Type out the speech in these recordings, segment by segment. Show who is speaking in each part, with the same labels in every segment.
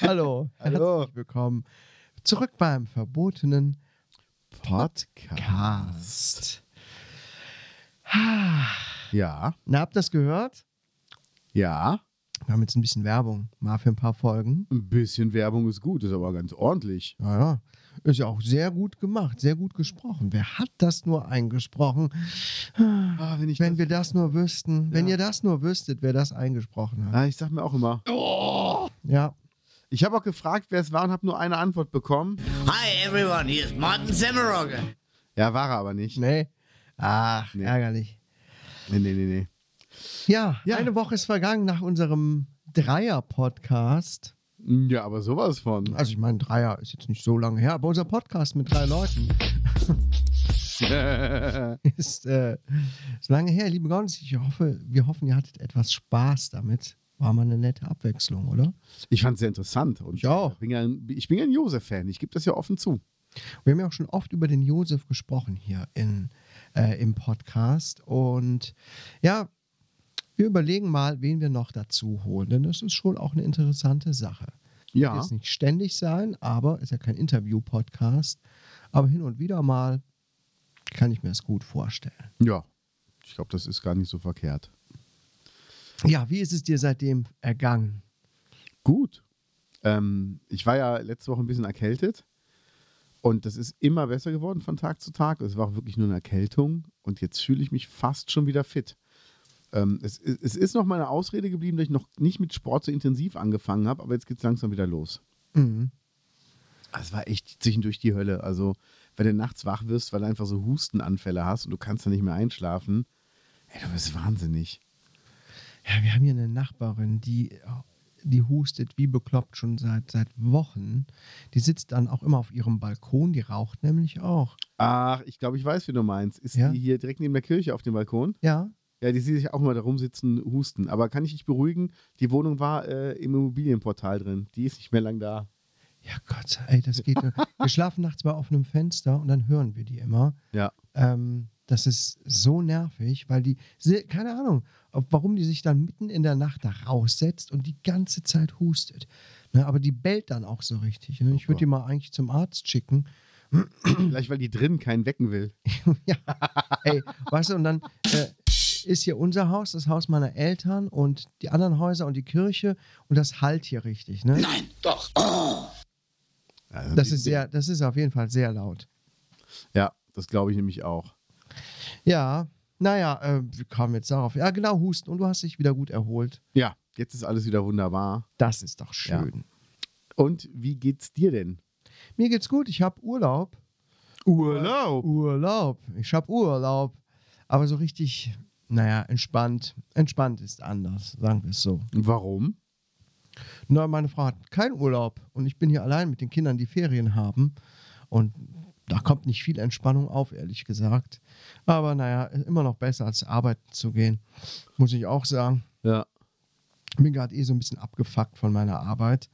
Speaker 1: Hallo,
Speaker 2: Hallo.
Speaker 1: herzlich willkommen zurück beim verbotenen
Speaker 2: Podcast.
Speaker 1: Cast.
Speaker 2: Ja,
Speaker 1: Na, habt ihr das gehört?
Speaker 2: ja.
Speaker 1: Wir haben jetzt ein bisschen Werbung, mal für ein paar Folgen.
Speaker 2: Ein bisschen Werbung ist gut, ist aber ganz ordentlich.
Speaker 1: Naja, ist ja auch sehr gut gemacht, sehr gut gesprochen. Wer hat das nur eingesprochen?
Speaker 2: Ah, wenn ich,
Speaker 1: Wenn
Speaker 2: das,
Speaker 1: wir das nur wüssten, wenn
Speaker 2: Ja.
Speaker 1: ihr das nur wüsstet, wer das eingesprochen hat.
Speaker 2: ah, ich sag mir auch immer.
Speaker 1: Ja,
Speaker 2: Ich habe auch gefragt, wer es war und habe nur eine Antwort bekommen.
Speaker 3: Hi everyone, hier ist Martin Semmerogge.
Speaker 2: Ja, war er aber nicht.
Speaker 1: nee. Ach,
Speaker 2: Nee.
Speaker 1: ärgerlich.
Speaker 2: Nee, nee, nee, nee.
Speaker 1: Ja,
Speaker 2: Ja.
Speaker 1: eine Woche ist vergangen nach unserem Dreier-Podcast.
Speaker 2: Ja, aber sowas von.
Speaker 1: Also ich meine, Dreier ist jetzt nicht so lange her, aber unser Podcast mit drei Leuten ist, äh, ist lange her. Liebe Gaunis, ich hoffe, wir hoffen, ihr hattet etwas Spaß damit. War mal eine nette Abwechslung, oder?
Speaker 2: Ich fand es sehr interessant. Und
Speaker 1: Ich auch.
Speaker 2: Bin ja ein, ich bin ja ein Josef-Fan, ich gebe das ja offen zu.
Speaker 1: Wir haben ja auch schon oft über den Josef gesprochen hier in, äh, im Podcast. Und ja, wir überlegen mal, wen wir noch dazu holen, denn das ist schon auch eine interessante Sache.
Speaker 2: Ja.
Speaker 1: Wird jetzt nicht ständig sein, aber ist ja kein Interview-Podcast. Aber hin und wieder mal kann ich mir das gut vorstellen.
Speaker 2: Ja. Ich glaube, das ist gar nicht so verkehrt.
Speaker 1: Ja, wie ist es dir seitdem ergangen?
Speaker 2: Gut. Ähm, ich war ja letzte Woche ein bisschen erkältet und das ist immer besser geworden von Tag zu Tag. Es war wirklich nur eine Erkältung und jetzt fühle ich mich fast schon wieder fit. Ähm, es, es ist noch meine Ausrede geblieben, dass ich noch nicht mit Sport so intensiv angefangen habe, aber jetzt geht es langsam wieder los. Also
Speaker 1: Mhm.
Speaker 2: Es war echt zwischendurch die Hölle. Also, wenn du nachts wach wirst, weil du einfach so Hustenanfälle hast und du kannst dann nicht mehr einschlafen, ey, du bist wahnsinnig.
Speaker 1: Ja, wir haben hier eine Nachbarin, die, die hustet wie bekloppt schon seit, seit Wochen. Die sitzt dann auch immer auf ihrem Balkon, die raucht nämlich auch.
Speaker 2: Ach, ich glaube, ich weiß, wie du meinst. Ist
Speaker 1: Ja.
Speaker 2: die hier direkt neben der Kirche auf dem Balkon?
Speaker 1: Ja,
Speaker 2: Ja, die sehe ich auch mal da rumsitzen, husten. Aber kann ich dich beruhigen? Die Wohnung war äh, im Immobilienportal drin. Die ist nicht mehr lang da.
Speaker 1: ja Gott, ey, das geht. nur. wir schlafen nachts bei offenem Fenster und dann hören wir die immer.
Speaker 2: Ja.
Speaker 1: Ähm, das ist so nervig, weil die, se- keine Ahnung, ob- warum die sich dann mitten in der Nacht da raussetzt und die ganze Zeit hustet. Ne, aber die bellt dann auch so richtig. Ne? Ich würde die mal eigentlich zum Arzt schicken.
Speaker 2: Vielleicht, weil die drin keinen wecken will.
Speaker 1: ja, ey, weißt du, und dann äh, ist hier unser Haus, das Haus meiner Eltern und die anderen Häuser und die Kirche und das halt hier richtig. Ne?
Speaker 2: Also,
Speaker 1: Das
Speaker 2: die-
Speaker 1: ist sehr, das ist auf jeden Fall sehr laut.
Speaker 2: Ja, das glaube ich nämlich auch.
Speaker 1: Ja, naja, äh, wir kamen jetzt darauf. Ja, genau, Husten. Und du hast dich wieder gut erholt.
Speaker 2: Ja, jetzt ist alles wieder wunderbar.
Speaker 1: Das ist doch schön.
Speaker 2: Und wie geht's dir denn?
Speaker 1: Mir geht's gut, ich habe Urlaub.
Speaker 2: Urlaub.
Speaker 1: Urlaub. Ich habe Urlaub. Aber so richtig, naja, entspannt. Entspannt ist anders, sagen wir es so.
Speaker 2: Warum?
Speaker 1: Na, meine Frau hat keinen Urlaub und ich bin hier allein mit den Kindern, die Ferien haben. Und da kommt nicht viel Entspannung auf, ehrlich gesagt. Aber naja, immer noch besser als arbeiten zu gehen, muss ich auch sagen.
Speaker 2: Ja.
Speaker 1: bin gerade eh so ein bisschen abgefuckt von meiner Arbeit.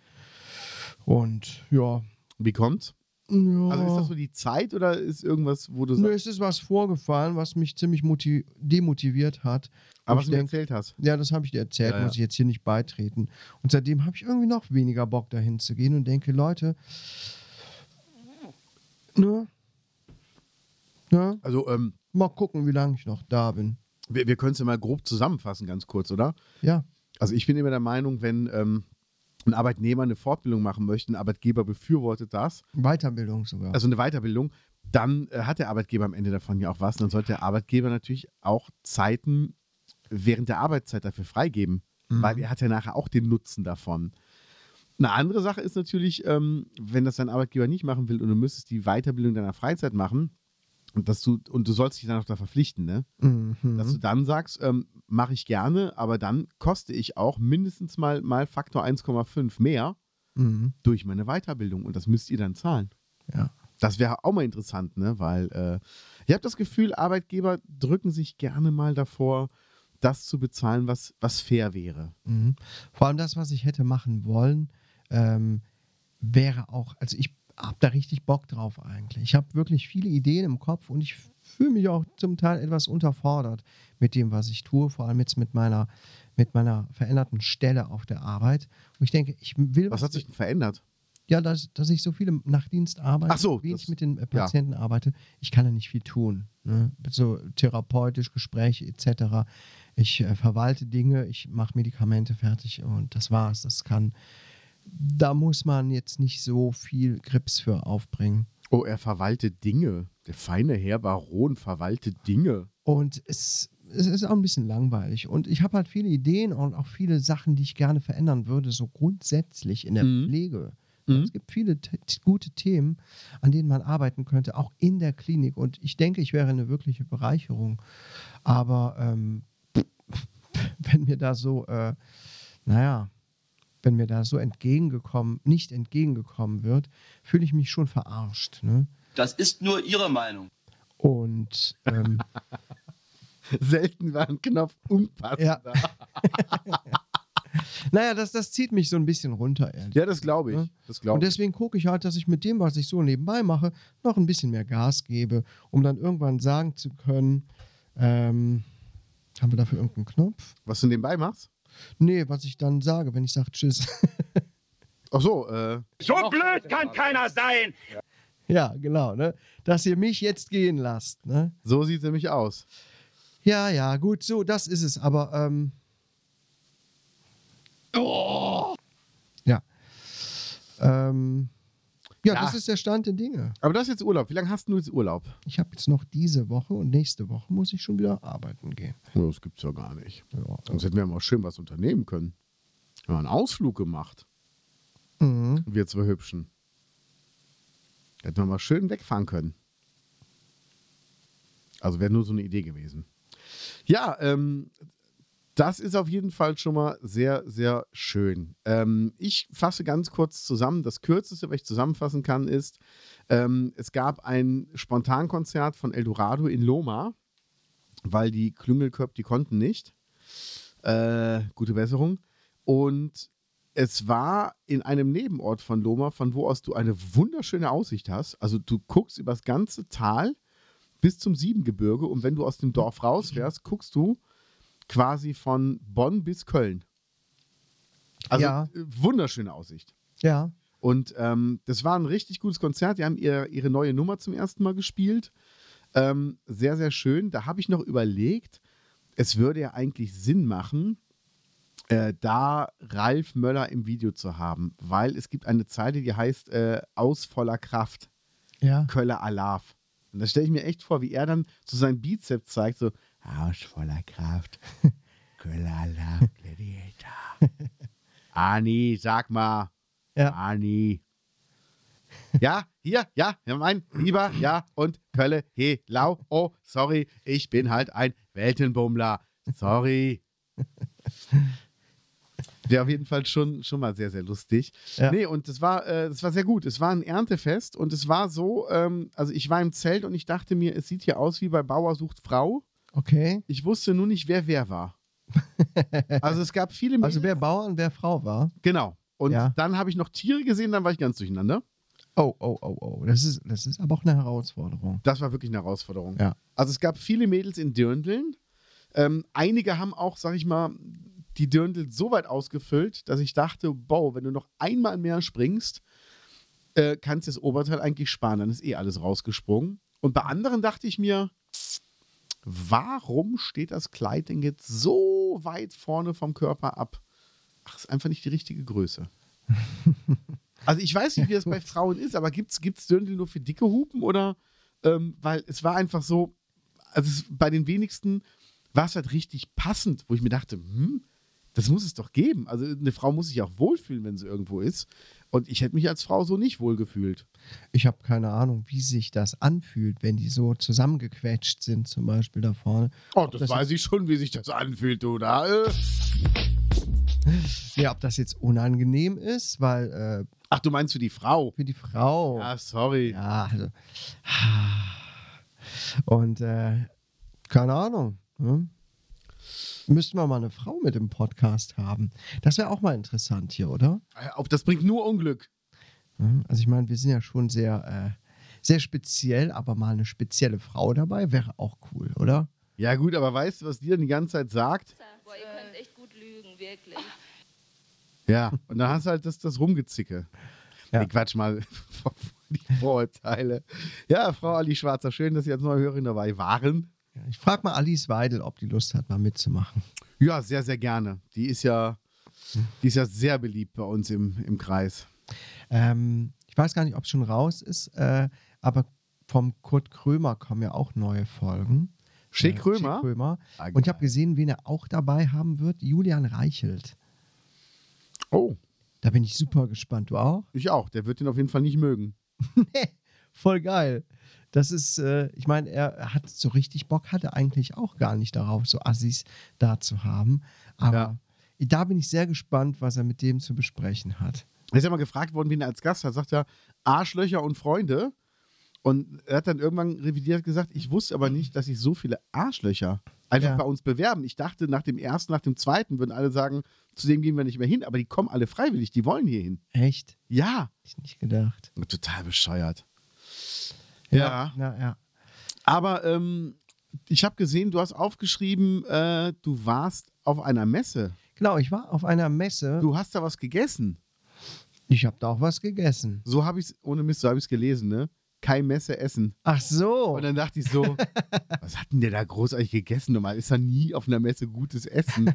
Speaker 1: Und ja,
Speaker 2: Wie kommt's?
Speaker 1: Ja.
Speaker 2: Also ist das so die Zeit oder ist irgendwas, wo du
Speaker 1: Oh. Nö,
Speaker 2: sagst,
Speaker 1: es ist was vorgefallen, was mich ziemlich muti- demotiviert hat.
Speaker 2: aber
Speaker 1: ich
Speaker 2: was du mir
Speaker 1: denk-
Speaker 2: erzählt hast?
Speaker 1: Ja, das habe ich dir erzählt,
Speaker 2: Ja, ja.
Speaker 1: muss ich jetzt hier nicht beitreten. Und seitdem habe ich irgendwie noch weniger Bock, dahin zu gehen und denke, Leute, ne? Ne?
Speaker 2: Also, ähm,
Speaker 1: Mal gucken, wie lange ich noch da bin.
Speaker 2: wir, wir können es ja mal grob zusammenfassen, ganz kurz, oder?
Speaker 1: Ja,
Speaker 2: Also ich bin immer der Meinung, wenn ähm, ein Arbeitnehmer eine Fortbildung machen möchte, ein Arbeitgeber befürwortet das,
Speaker 1: Weiterbildung sogar.
Speaker 2: also eine Weiterbildung, dann äh, hat der Arbeitgeber am Ende davon ja auch was. Und dann sollte der Arbeitgeber natürlich auch Zeiten während der Arbeitszeit dafür freigeben, weil er hat ja nachher auch den Nutzen davon. Eine andere Sache ist natürlich, ähm, wenn das dein Arbeitgeber nicht machen will und du müsstest die Weiterbildung deiner Freizeit machen und, dass du, und du sollst dich dann auch da verpflichten, ne?
Speaker 1: mhm.
Speaker 2: dass du dann sagst, ähm, mache ich gerne, aber dann koste ich auch mindestens mal, mal Faktor 1,5 mehr
Speaker 1: mhm.
Speaker 2: durch meine Weiterbildung und das müsst ihr dann zahlen.
Speaker 1: Ja.
Speaker 2: Das wäre auch mal interessant, ne? weil äh, ich habe das Gefühl, Arbeitgeber drücken sich gerne mal davor, das zu bezahlen, was, was fair wäre.
Speaker 1: Mhm. Vor allem das, was ich hätte machen wollen, ähm, wäre auch, also ich habe da richtig Bock drauf eigentlich. Ich habe wirklich viele Ideen im Kopf und ich fühle mich auch zum Teil etwas unterfordert mit dem, was ich tue, vor allem jetzt mit meiner, mit meiner veränderten Stelle auf der Arbeit. Und ich denke, ich will
Speaker 2: Was hat sich denn verändert?
Speaker 1: ja, dass, dass ich so viel im Nachtdienst arbeite,
Speaker 2: Ach so,
Speaker 1: wenig
Speaker 2: das-
Speaker 1: mit den äh, Patienten arbeite, ich kann da nicht viel tun. Ne? So therapeutisch, Gespräche etc. Ich äh, verwalte Dinge, ich mache Medikamente fertig und das war's. Das kann. Da muss man jetzt nicht so viel Grips für aufbringen.
Speaker 2: Oh, er verwaltet Dinge. Der feine Herr Baron verwaltet Dinge.
Speaker 1: Und es, es ist auch ein bisschen langweilig. Und ich habe halt viele Ideen und auch viele Sachen, die ich gerne verändern würde, so grundsätzlich in der
Speaker 2: Mhm.
Speaker 1: Pflege.
Speaker 2: Mhm.
Speaker 1: Es gibt viele t- t- gute Themen, an denen man arbeiten könnte, auch in der Klinik. Und ich denke, ich wäre eine wirkliche Bereicherung. Aber ähm, wenn mir da so, äh, naja, wenn mir da so entgegengekommen, nicht entgegengekommen wird, fühle ich mich schon verarscht. Ne?
Speaker 4: Das ist nur Ihre Meinung.
Speaker 1: Und ähm,
Speaker 2: Selten war ein Knopf unpassender. Ja,
Speaker 1: naja, das, das zieht mich so ein bisschen runter, ehrlich
Speaker 2: das glaube ich. Das
Speaker 1: Und
Speaker 2: glaube ich.
Speaker 1: deswegen gucke ich halt, dass ich mit dem, was ich so nebenbei mache, noch ein bisschen mehr Gas gebe, um dann irgendwann sagen zu können, ähm, haben wir dafür irgendeinen Knopf?
Speaker 2: Was du nebenbei machst?
Speaker 1: Nee, was ich dann sage, wenn ich sage Tschüss.
Speaker 2: Ach so, äh,
Speaker 5: So blöd kann keiner sein.
Speaker 1: ja, genau, ne? Dass ihr mich jetzt gehen lasst, ne?
Speaker 2: so sieht es nämlich aus.
Speaker 1: Ja, ja, gut, so, das ist es, aber, ähm. Oh. Ja. Ähm, ja,
Speaker 2: Ja.
Speaker 1: das ist der Stand der Dinge.
Speaker 2: Aber das ist jetzt Urlaub. Wie lange hast du jetzt Urlaub?
Speaker 1: Ich habe jetzt noch diese Woche und nächste Woche muss ich schon wieder arbeiten gehen.
Speaker 2: Oh, das gibt's ja gar nicht. Sonst hätten wir ja mal schön was unternehmen können. Wir haben einen Ausflug gemacht,
Speaker 1: Mhm.
Speaker 2: wir zwei Hübschen. Hätten wir mal schön wegfahren können. Also wäre nur so eine Idee gewesen. Ja, ähm, das ist auf jeden Fall schon mal sehr, sehr schön. Ähm, ich fasse ganz kurz zusammen. Das Kürzeste, was ich zusammenfassen kann, ist, ähm, es gab ein Spontankonzert von Eldorado in Loma, weil die Klüngelköp, die konnten nicht. Äh, gute Besserung. Und es war in einem Nebenort von Loma, von wo aus du eine wunderschöne Aussicht hast. Also du guckst über das ganze Tal bis zum Siebengebirge und wenn du aus dem Dorf rausfährst, guckst du quasi von Bonn bis Köln. Also
Speaker 1: Ja.
Speaker 2: äh, wunderschöne Aussicht.
Speaker 1: Ja.
Speaker 2: Und ähm, das war ein richtig gutes Konzert. Die haben ihr, ihre neue Nummer zum ersten Mal gespielt. Ähm, sehr, sehr schön. Da habe ich noch überlegt, es würde ja eigentlich Sinn machen, äh, da Ralf Möller im Video zu haben, weil es gibt eine Zeile, die heißt äh, Aus voller Kraft,
Speaker 1: Ja.
Speaker 2: Kölle Alav. Und da stelle ich mir echt vor, wie er dann so seinen Bizeps zeigt, so Aus voller Kraft, Kölle Alav, Gladiator. Ani, sag mal,
Speaker 1: Ja.
Speaker 2: Ani. Ja, hier, ja, ja, mein Lieber, ja, und Kölle, he, lau, oh, sorry, ich bin halt ein Weltenbummler. Sorry. Wäre auf jeden Fall schon, schon mal sehr, sehr lustig.
Speaker 1: Ja.
Speaker 2: Nee, und das war, äh, das war sehr gut. Es war ein Erntefest und es war so, ähm, also ich war im Zelt und ich dachte mir, es sieht hier aus wie bei Bauer sucht Frau.
Speaker 1: Okay.
Speaker 2: Ich wusste nur nicht, wer wer war. Also es gab viele
Speaker 1: Also wer Bauer und wer Frau war.
Speaker 2: Genau. Und
Speaker 1: Ja.
Speaker 2: dann habe ich noch Tiere gesehen, dann war ich ganz durcheinander.
Speaker 1: Oh, oh, oh, oh. Das ist, das ist aber auch eine Herausforderung.
Speaker 2: Das war wirklich eine Herausforderung.
Speaker 1: Ja.
Speaker 2: Also es gab viele Mädels in Dirndeln. Ähm, einige haben auch, sag ich mal, die Dirndl so weit ausgefüllt, dass ich dachte, wow, wenn du noch einmal mehr springst, äh, kannst du das Oberteil eigentlich sparen, dann ist eh alles rausgesprungen. Und bei anderen dachte ich mir, warum steht das Kleid denn jetzt so weit vorne vom Körper ab? Ach, ist einfach nicht die richtige Größe. also ich weiß nicht, wie das bei Frauen ist, aber gibt es Dirndl nur für dicke Hupen oder ähm, weil es war einfach so, also es, bei den wenigsten war es halt richtig passend, wo ich mir dachte, hm, das muss es doch geben. Also eine Frau muss sich auch wohlfühlen, wenn sie irgendwo ist. Und ich hätte mich als Frau so nicht wohlgefühlt.
Speaker 1: Ich habe keine Ahnung, wie sich das anfühlt, wenn die so zusammengequetscht sind, zum Beispiel da vorne.
Speaker 2: Oh, das,
Speaker 1: Das-
Speaker 2: weiß ich schon, wie sich das anfühlt, oder? Äh,
Speaker 1: Ja, ob das jetzt unangenehm ist, weil äh,
Speaker 2: Ach, du meinst für die Frau?
Speaker 1: für die Frau.
Speaker 2: Ah, sorry.
Speaker 1: Ja, also. ah. Und äh, keine Ahnung. Hm? Müssten wir mal eine Frau mit im Podcast haben. Das wäre auch mal interessant hier, oder?
Speaker 2: Äh, auf- Das bringt nur Unglück.
Speaker 1: Hm? Also ich meine, wir sind ja schon sehr, äh, sehr speziell, aber mal eine spezielle Frau dabei wäre auch cool, oder?
Speaker 2: Ja gut, aber weißt du, was die dann die ganze Zeit sagt?
Speaker 6: Boah, ihr könnt echt gut lügen, wirklich.
Speaker 2: Ja. Und dann hast du halt das, das Rumgezicke.
Speaker 1: Ja.
Speaker 2: Nee, Quatsch mal. die Vorurteile. Ja, Frau Ali Schwarzer, schön, dass Sie als neue Hörerin dabei waren.
Speaker 1: Ja, Ich frage mal Alice Weidel, ob die Lust hat, mal mitzumachen.
Speaker 2: Ja, sehr, sehr gerne. Die ist ja, die ist ja sehr beliebt bei uns im, im Kreis.
Speaker 1: Ähm, ich weiß gar nicht, ob es schon raus ist, äh, aber vom Kurt Krömer kommen ja auch neue Folgen.
Speaker 2: Schick
Speaker 1: Äh,
Speaker 2: Krömer?
Speaker 1: Schick Krömer.
Speaker 2: Ah,
Speaker 1: Und ich habe
Speaker 2: geil.
Speaker 1: gesehen, wen er auch dabei haben wird, Julian Reichelt.
Speaker 2: Oh,
Speaker 1: Da bin ich super gespannt. Du auch?
Speaker 2: ich auch. Der wird den auf jeden Fall nicht mögen.
Speaker 1: Voll geil. Das ist, äh, ich meine, er hat so richtig Bock, hatte eigentlich auch gar nicht darauf, so Assis da zu haben. Aber da bin ich sehr gespannt, was er mit dem zu besprechen hat.
Speaker 2: Er ist ja mal gefragt worden, wen er als Gast hat. Sagt er, Arschlöcher und Freunde. Und er hat dann irgendwann revidiert gesagt, ich wusste aber nicht, dass sich so viele Arschlöcher einfach
Speaker 1: Ja.
Speaker 2: bei uns bewerben. Ich dachte, nach dem ersten, nach dem zweiten würden alle sagen, zu dem gehen wir nicht mehr hin. Aber die kommen alle freiwillig, die wollen hier hin.
Speaker 1: Echt?
Speaker 2: Ja.
Speaker 1: Hätte ich nicht gedacht.
Speaker 2: Total bescheuert. ja.
Speaker 1: Na, ja.
Speaker 2: Aber ähm, ich habe gesehen, du hast aufgeschrieben, äh, du warst auf einer Messe.
Speaker 1: Genau, ich war auf einer Messe.
Speaker 2: Du hast da was gegessen.
Speaker 1: Ich habe da auch was gegessen.
Speaker 2: So habe ich es, ohne Mist, so habe ich es gelesen, ne? Kein Messe essen.
Speaker 1: Ach so.
Speaker 2: Und dann dachte ich so, was hat denn der da großartig gegessen? Normal ist da nie auf einer Messe gutes Essen.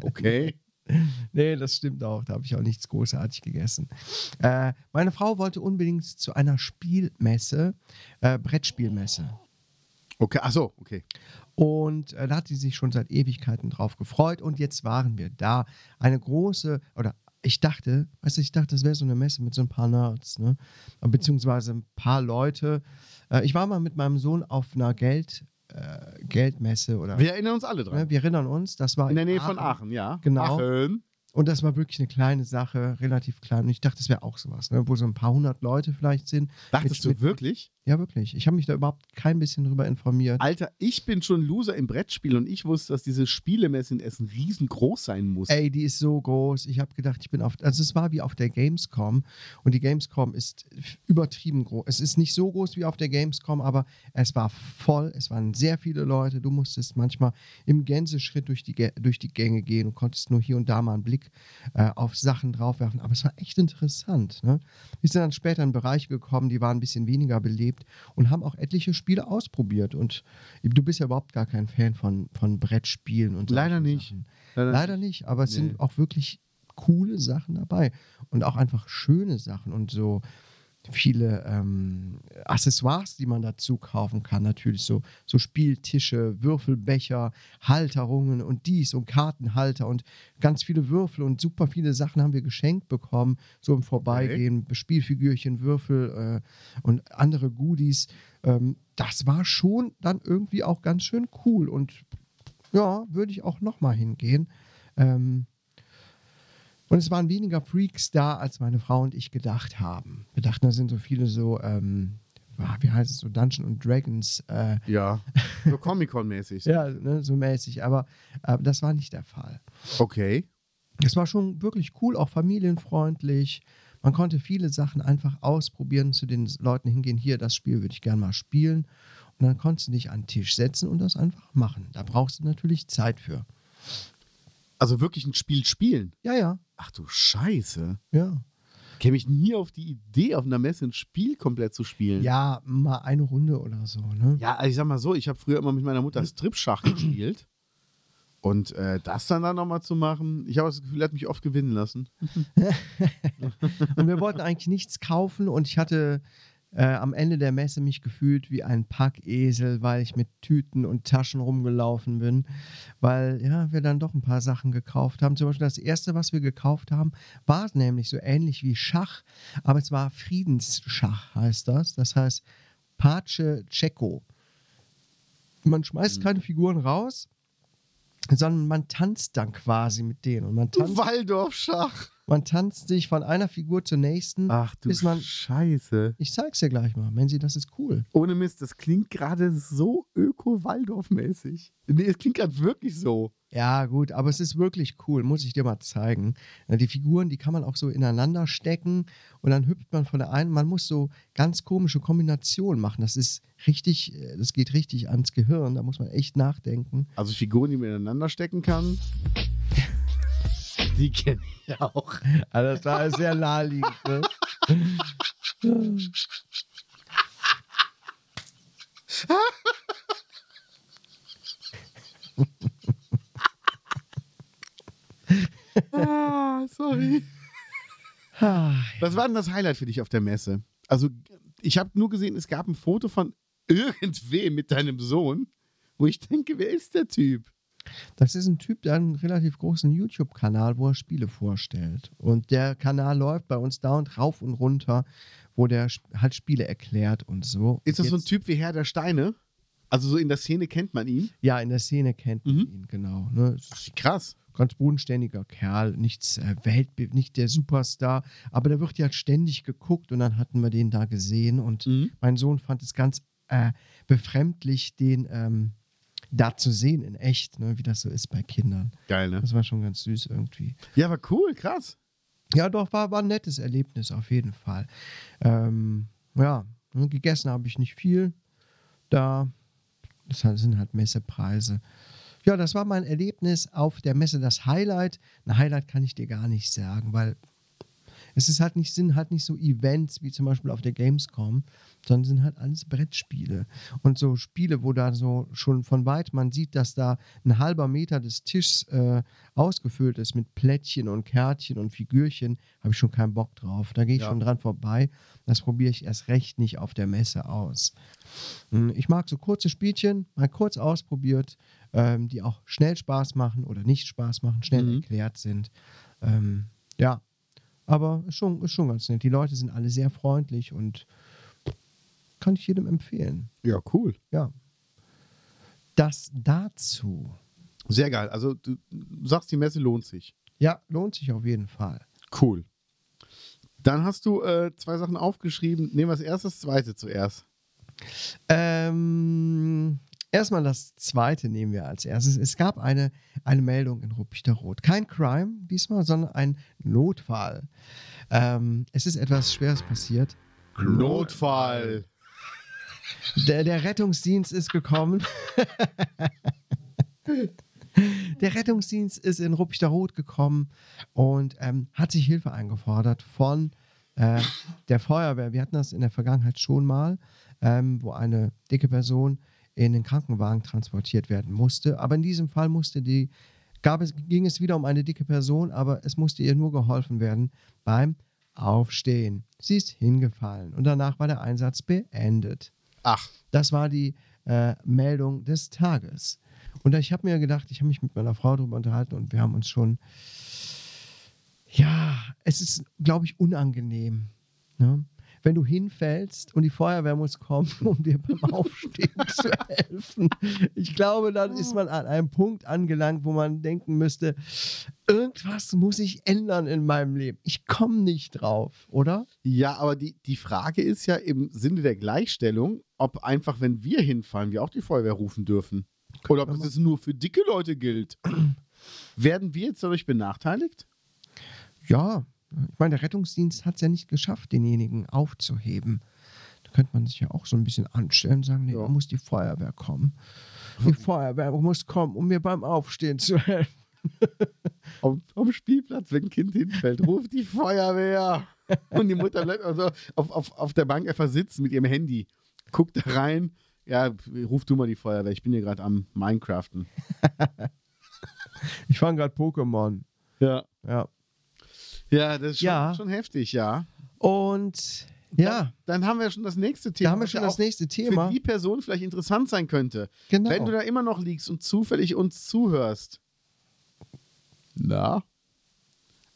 Speaker 2: Okay.
Speaker 1: Nee, das stimmt auch. Da habe ich auch nichts großartig gegessen. Äh, meine Frau wollte unbedingt zu einer Spielmesse, äh, Brettspielmesse.
Speaker 2: Okay, ach so, okay.
Speaker 1: Und äh, da hat sie sich schon seit Ewigkeiten drauf gefreut. Und jetzt waren wir da. Eine große, oder ich dachte, weißt du, ich dachte, das wäre so eine Messe mit so ein paar Nerds, ne? Beziehungsweise ein paar Leute. Äh, ich war mal mit meinem Sohn auf einer Geld, äh, Geldmesse oder.
Speaker 2: Wir erinnern uns
Speaker 1: ne?
Speaker 2: alle dran.
Speaker 1: Wir erinnern uns, das war
Speaker 2: In der Nähe von Aachen, ja.
Speaker 1: Genau.
Speaker 2: Aachen.
Speaker 1: Und das war wirklich eine kleine Sache, relativ klein. Und ich dachte, das wäre auch sowas, ne? wo so ein paar hundert Leute vielleicht sind.
Speaker 2: Dachtest
Speaker 1: Mit-
Speaker 2: du wirklich?
Speaker 1: Ja, wirklich. Ich habe mich da überhaupt kein bisschen drüber informiert.
Speaker 2: Alter, ich bin schon Loser im Brettspiel und ich wusste, dass diese Spielemesse in Essen riesengroß sein muss.
Speaker 1: Ey, die ist so groß. Ich habe gedacht, ich bin auf. Also, es war wie auf der Gamescom. Und die Gamescom ist übertrieben groß. Es ist nicht so groß wie auf der Gamescom, aber es war voll. Es waren sehr viele Leute. Du musstest manchmal im Gänseschritt durch die, Gä- durch die Gänge gehen und konntest nur hier und da mal einen Blick äh, auf Sachen draufwerfen. Aber es war echt interessant. Ne? Wir sind dann später in Bereiche gekommen, die waren ein bisschen weniger belebt und haben auch etliche Spiele ausprobiert. Und du bist ja überhaupt gar kein Fan von, von Brettspielen und
Speaker 2: Leider
Speaker 1: solchen
Speaker 2: nicht.
Speaker 1: Sachen.
Speaker 2: Leider
Speaker 1: Leider nicht, aber es
Speaker 2: Nee.
Speaker 1: sind auch wirklich coole Sachen dabei und auch einfach schöne Sachen und so viele ähm, Accessoires, die man dazu kaufen kann. Natürlich so, so Spieltische, Würfelbecher, Halterungen und dies und Kartenhalter und ganz viele Würfel und super viele Sachen haben wir geschenkt bekommen, so im Vorbeigehen, Spielfigürchen, Würfel äh, und andere Goodies. Ähm, das war schon dann irgendwie auch ganz schön cool und ja, würde ich auch nochmal hingehen. Ähm, und es waren weniger Freaks da, als meine Frau und ich gedacht haben. Wir dachten, da sind so viele so, ähm, ah, wie heißt es, so Dungeon und Dragons, äh,
Speaker 2: Ja. So Comic-Con-mäßig.
Speaker 1: ja, ne, so mäßig, aber äh, das war nicht der Fall.
Speaker 2: Okay.
Speaker 1: Es war schon wirklich cool, auch familienfreundlich. Man konnte viele Sachen einfach ausprobieren, zu den Leuten hingehen, hier, das Spiel würde ich gerne mal spielen. Und dann konntest du dich an den Tisch setzen und das einfach machen. Da brauchst du natürlich Zeit für.
Speaker 2: Also wirklich ein Spiel spielen.
Speaker 1: Ja, ja,
Speaker 2: Ach du Scheiße.
Speaker 1: ja.
Speaker 2: Käme ich nie auf die Idee, auf einer Messe ein Spiel komplett zu spielen.
Speaker 1: Ja, mal eine Runde oder so, ne?
Speaker 2: Ja, also ich sag mal so, ich habe früher immer mit meiner Mutter Stripschach gespielt. Und äh, das dann dann nochmal zu machen, ich habe das Gefühl, er hat mich oft gewinnen lassen.
Speaker 1: Und wir wollten eigentlich nichts kaufen und ich hatte äh, am Ende der Messe mich gefühlt wie ein Packesel, weil ich mit Tüten und Taschen rumgelaufen bin, weil ja, wir dann doch ein paar Sachen gekauft haben. Zum Beispiel das erste, was wir gekauft haben, war nämlich so ähnlich wie Schach, aber es war Friedensschach, heißt das. Das heißt Pace Ceco. Man schmeißt keine Figuren raus, sondern man tanzt dann quasi mit denen. Und man tanzt,
Speaker 2: Waldorfschach.
Speaker 1: man tanzt sich von einer Figur zur nächsten.
Speaker 2: Ach du
Speaker 1: Bis man-
Speaker 2: Scheiße.
Speaker 1: Ich zeig's dir gleich mal, Menzi, das ist cool.
Speaker 2: Ohne Mist, das klingt gerade so öko-Waldorf-mäßig. Nee, es klingt gerade wirklich so.
Speaker 1: Ja, gut, aber es ist wirklich cool, muss ich dir mal zeigen. Ja, Die Figuren, die kann man auch so ineinander stecken und dann hüpft man von der einen. Man muss so ganz komische Kombinationen machen. Das ist richtig, äh, das geht richtig ans Gehirn, da muss man echt nachdenken.
Speaker 2: Also Figuren, die man ineinander stecken kann. Die kenne ich auch.
Speaker 1: Also das war sehr naheliegend. Ne?
Speaker 2: Ah, sorry.
Speaker 1: Ah,
Speaker 2: Was war denn das Highlight für dich auf der Messe? Also, ich habe nur gesehen, es gab ein Foto von irgendwem mit deinem Sohn, wo ich denke, wer ist der Typ?
Speaker 1: Das ist ein Typ, der hat einen relativ großen YouTube-Kanal, wo er Spiele vorstellt. Und der Kanal läuft bei uns dauernd rauf und runter, wo der sp- halt Spiele erklärt und so.
Speaker 2: Ist das so ein
Speaker 1: Jetzt-
Speaker 2: Typ wie Herr der Steine? Also, so in der Szene kennt man ihn.
Speaker 1: Ja, in der Szene kennt man
Speaker 2: Mhm.
Speaker 1: ihn, genau. Ne? Ist
Speaker 2: Ach, wie krass.
Speaker 1: Ganz bodenständiger Kerl, nichts äh, Weltbe nicht der Superstar, aber der wird ja ständig geguckt und dann hatten wir den da gesehen und mein Sohn fand es ganz äh, befremdlich, den ähm, da zu sehen in echt, ne? wie das so ist bei Kindern.
Speaker 2: Geil, ne?
Speaker 1: Das war schon ganz süß irgendwie.
Speaker 2: Ja, aber cool, krass.
Speaker 1: Ja, doch, war, war ein nettes Erlebnis auf jeden Fall. Ähm, ja, ne, gegessen habe ich nicht viel. Da das halt- sind halt Messepreise. Ja, das war mein Erlebnis auf der Messe. Das Highlight, ein Highlight kann ich dir gar nicht sagen, weil es ist halt nicht, sind halt nicht so Events wie zum Beispiel auf der Gamescom, sondern sind halt alles Brettspiele. Und so Spiele, wo da so schon von weit man sieht, dass da ein halber Meter des Tisches äh, ausgefüllt ist mit Plättchen und Kärtchen und Figürchen, habe ich schon keinen Bock drauf. Da gehe ich
Speaker 2: Ja.
Speaker 1: schon dran vorbei. Das probiere ich erst recht nicht auf der Messe aus. Hm, Ich mag so kurze Spielchen, mal kurz ausprobiert, ähm, die auch schnell Spaß machen oder nicht Spaß machen, schnell
Speaker 2: Mhm.
Speaker 1: erklärt sind. Ähm, ja, aber ist schon, ist schon ganz nett. Die Leute sind alle sehr freundlich und kann ich jedem empfehlen.
Speaker 2: Ja, cool.
Speaker 1: Ja. Das dazu.
Speaker 2: Sehr geil. Also, du sagst, die Messe lohnt sich.
Speaker 1: Ja, lohnt sich auf jeden Fall.
Speaker 2: Cool. Dann hast du äh, zwei Sachen aufgeschrieben. Nehmen wir das erste, das zweite zuerst.
Speaker 1: Ähm, erstmal das zweite nehmen wir als erstes. Es gab eine, eine Meldung in Rupichterrot. Kein Crime diesmal, sondern ein Notfall. Ähm, es ist etwas Schweres passiert.
Speaker 2: Notfall.
Speaker 1: Der, der Rettungsdienst ist gekommen. Der Rettungsdienst ist in Ruppichteroth gekommen und ähm, hat sich Hilfe eingefordert von äh, der Feuerwehr. Wir hatten das in der Vergangenheit schon mal, ähm, wo eine dicke Person in den Krankenwagen transportiert werden musste. Aber in diesem Fall musste die, gab es, ging es wieder um eine dicke Person, aber es musste ihr nur geholfen werden beim Aufstehen. Sie ist hingefallen und danach war der Einsatz beendet.
Speaker 2: Ach,
Speaker 1: Das war die äh, Meldung des Tages. Und ich habe mir gedacht, ich habe mich mit meiner Frau darüber unterhalten und wir haben uns schon, ja, es ist, glaube ich, unangenehm. Ne? Wenn du hinfällst und die Feuerwehr muss kommen, um dir beim Aufstehen zu helfen. Ich glaube, dann ist man an einem Punkt angelangt, wo man denken müsste, irgendwas muss ich ändern in meinem Leben. Ich komme nicht drauf, oder?
Speaker 2: Ja, aber die, die Frage ist ja im Sinne der Gleichstellung, ob einfach, wenn wir hinfahren, wir auch die Feuerwehr rufen dürfen. Oder ob das jetzt nur für dicke Leute gilt. Werden wir jetzt dadurch benachteiligt?
Speaker 1: Ja, Ich meine, der Rettungsdienst hat es ja nicht geschafft, denjenigen aufzuheben. Da könnte man sich ja auch so ein bisschen anstellen und sagen, nee,
Speaker 2: Ja.
Speaker 1: da muss die Feuerwehr kommen. Die Feuerwehr muss kommen, um mir beim Aufstehen zu helfen.
Speaker 2: Am, am Spielplatz, wenn ein Kind hinfällt, ruft die Feuerwehr. Und die Mutter bleibt also auf, auf, auf der Bank einfach sitzen mit ihrem Handy. Guckt da rein. Ja, ruf du mal die Feuerwehr. Ich bin hier gerade am Minecraften.
Speaker 1: Ich fange gerade Pokémon.
Speaker 2: Ja.
Speaker 1: Ja.
Speaker 2: Ja, das ist schon,
Speaker 1: Ja.
Speaker 2: schon heftig, ja.
Speaker 1: Und ja,
Speaker 2: Dann haben wir schon das nächste Thema.
Speaker 1: da haben wir
Speaker 2: was
Speaker 1: schon
Speaker 2: ja
Speaker 1: das
Speaker 2: auch
Speaker 1: nächste
Speaker 2: Für
Speaker 1: Thema.
Speaker 2: die Person vielleicht interessant sein könnte.
Speaker 1: Genau.
Speaker 2: Wenn du da immer noch liegst und zufällig uns zuhörst. Na?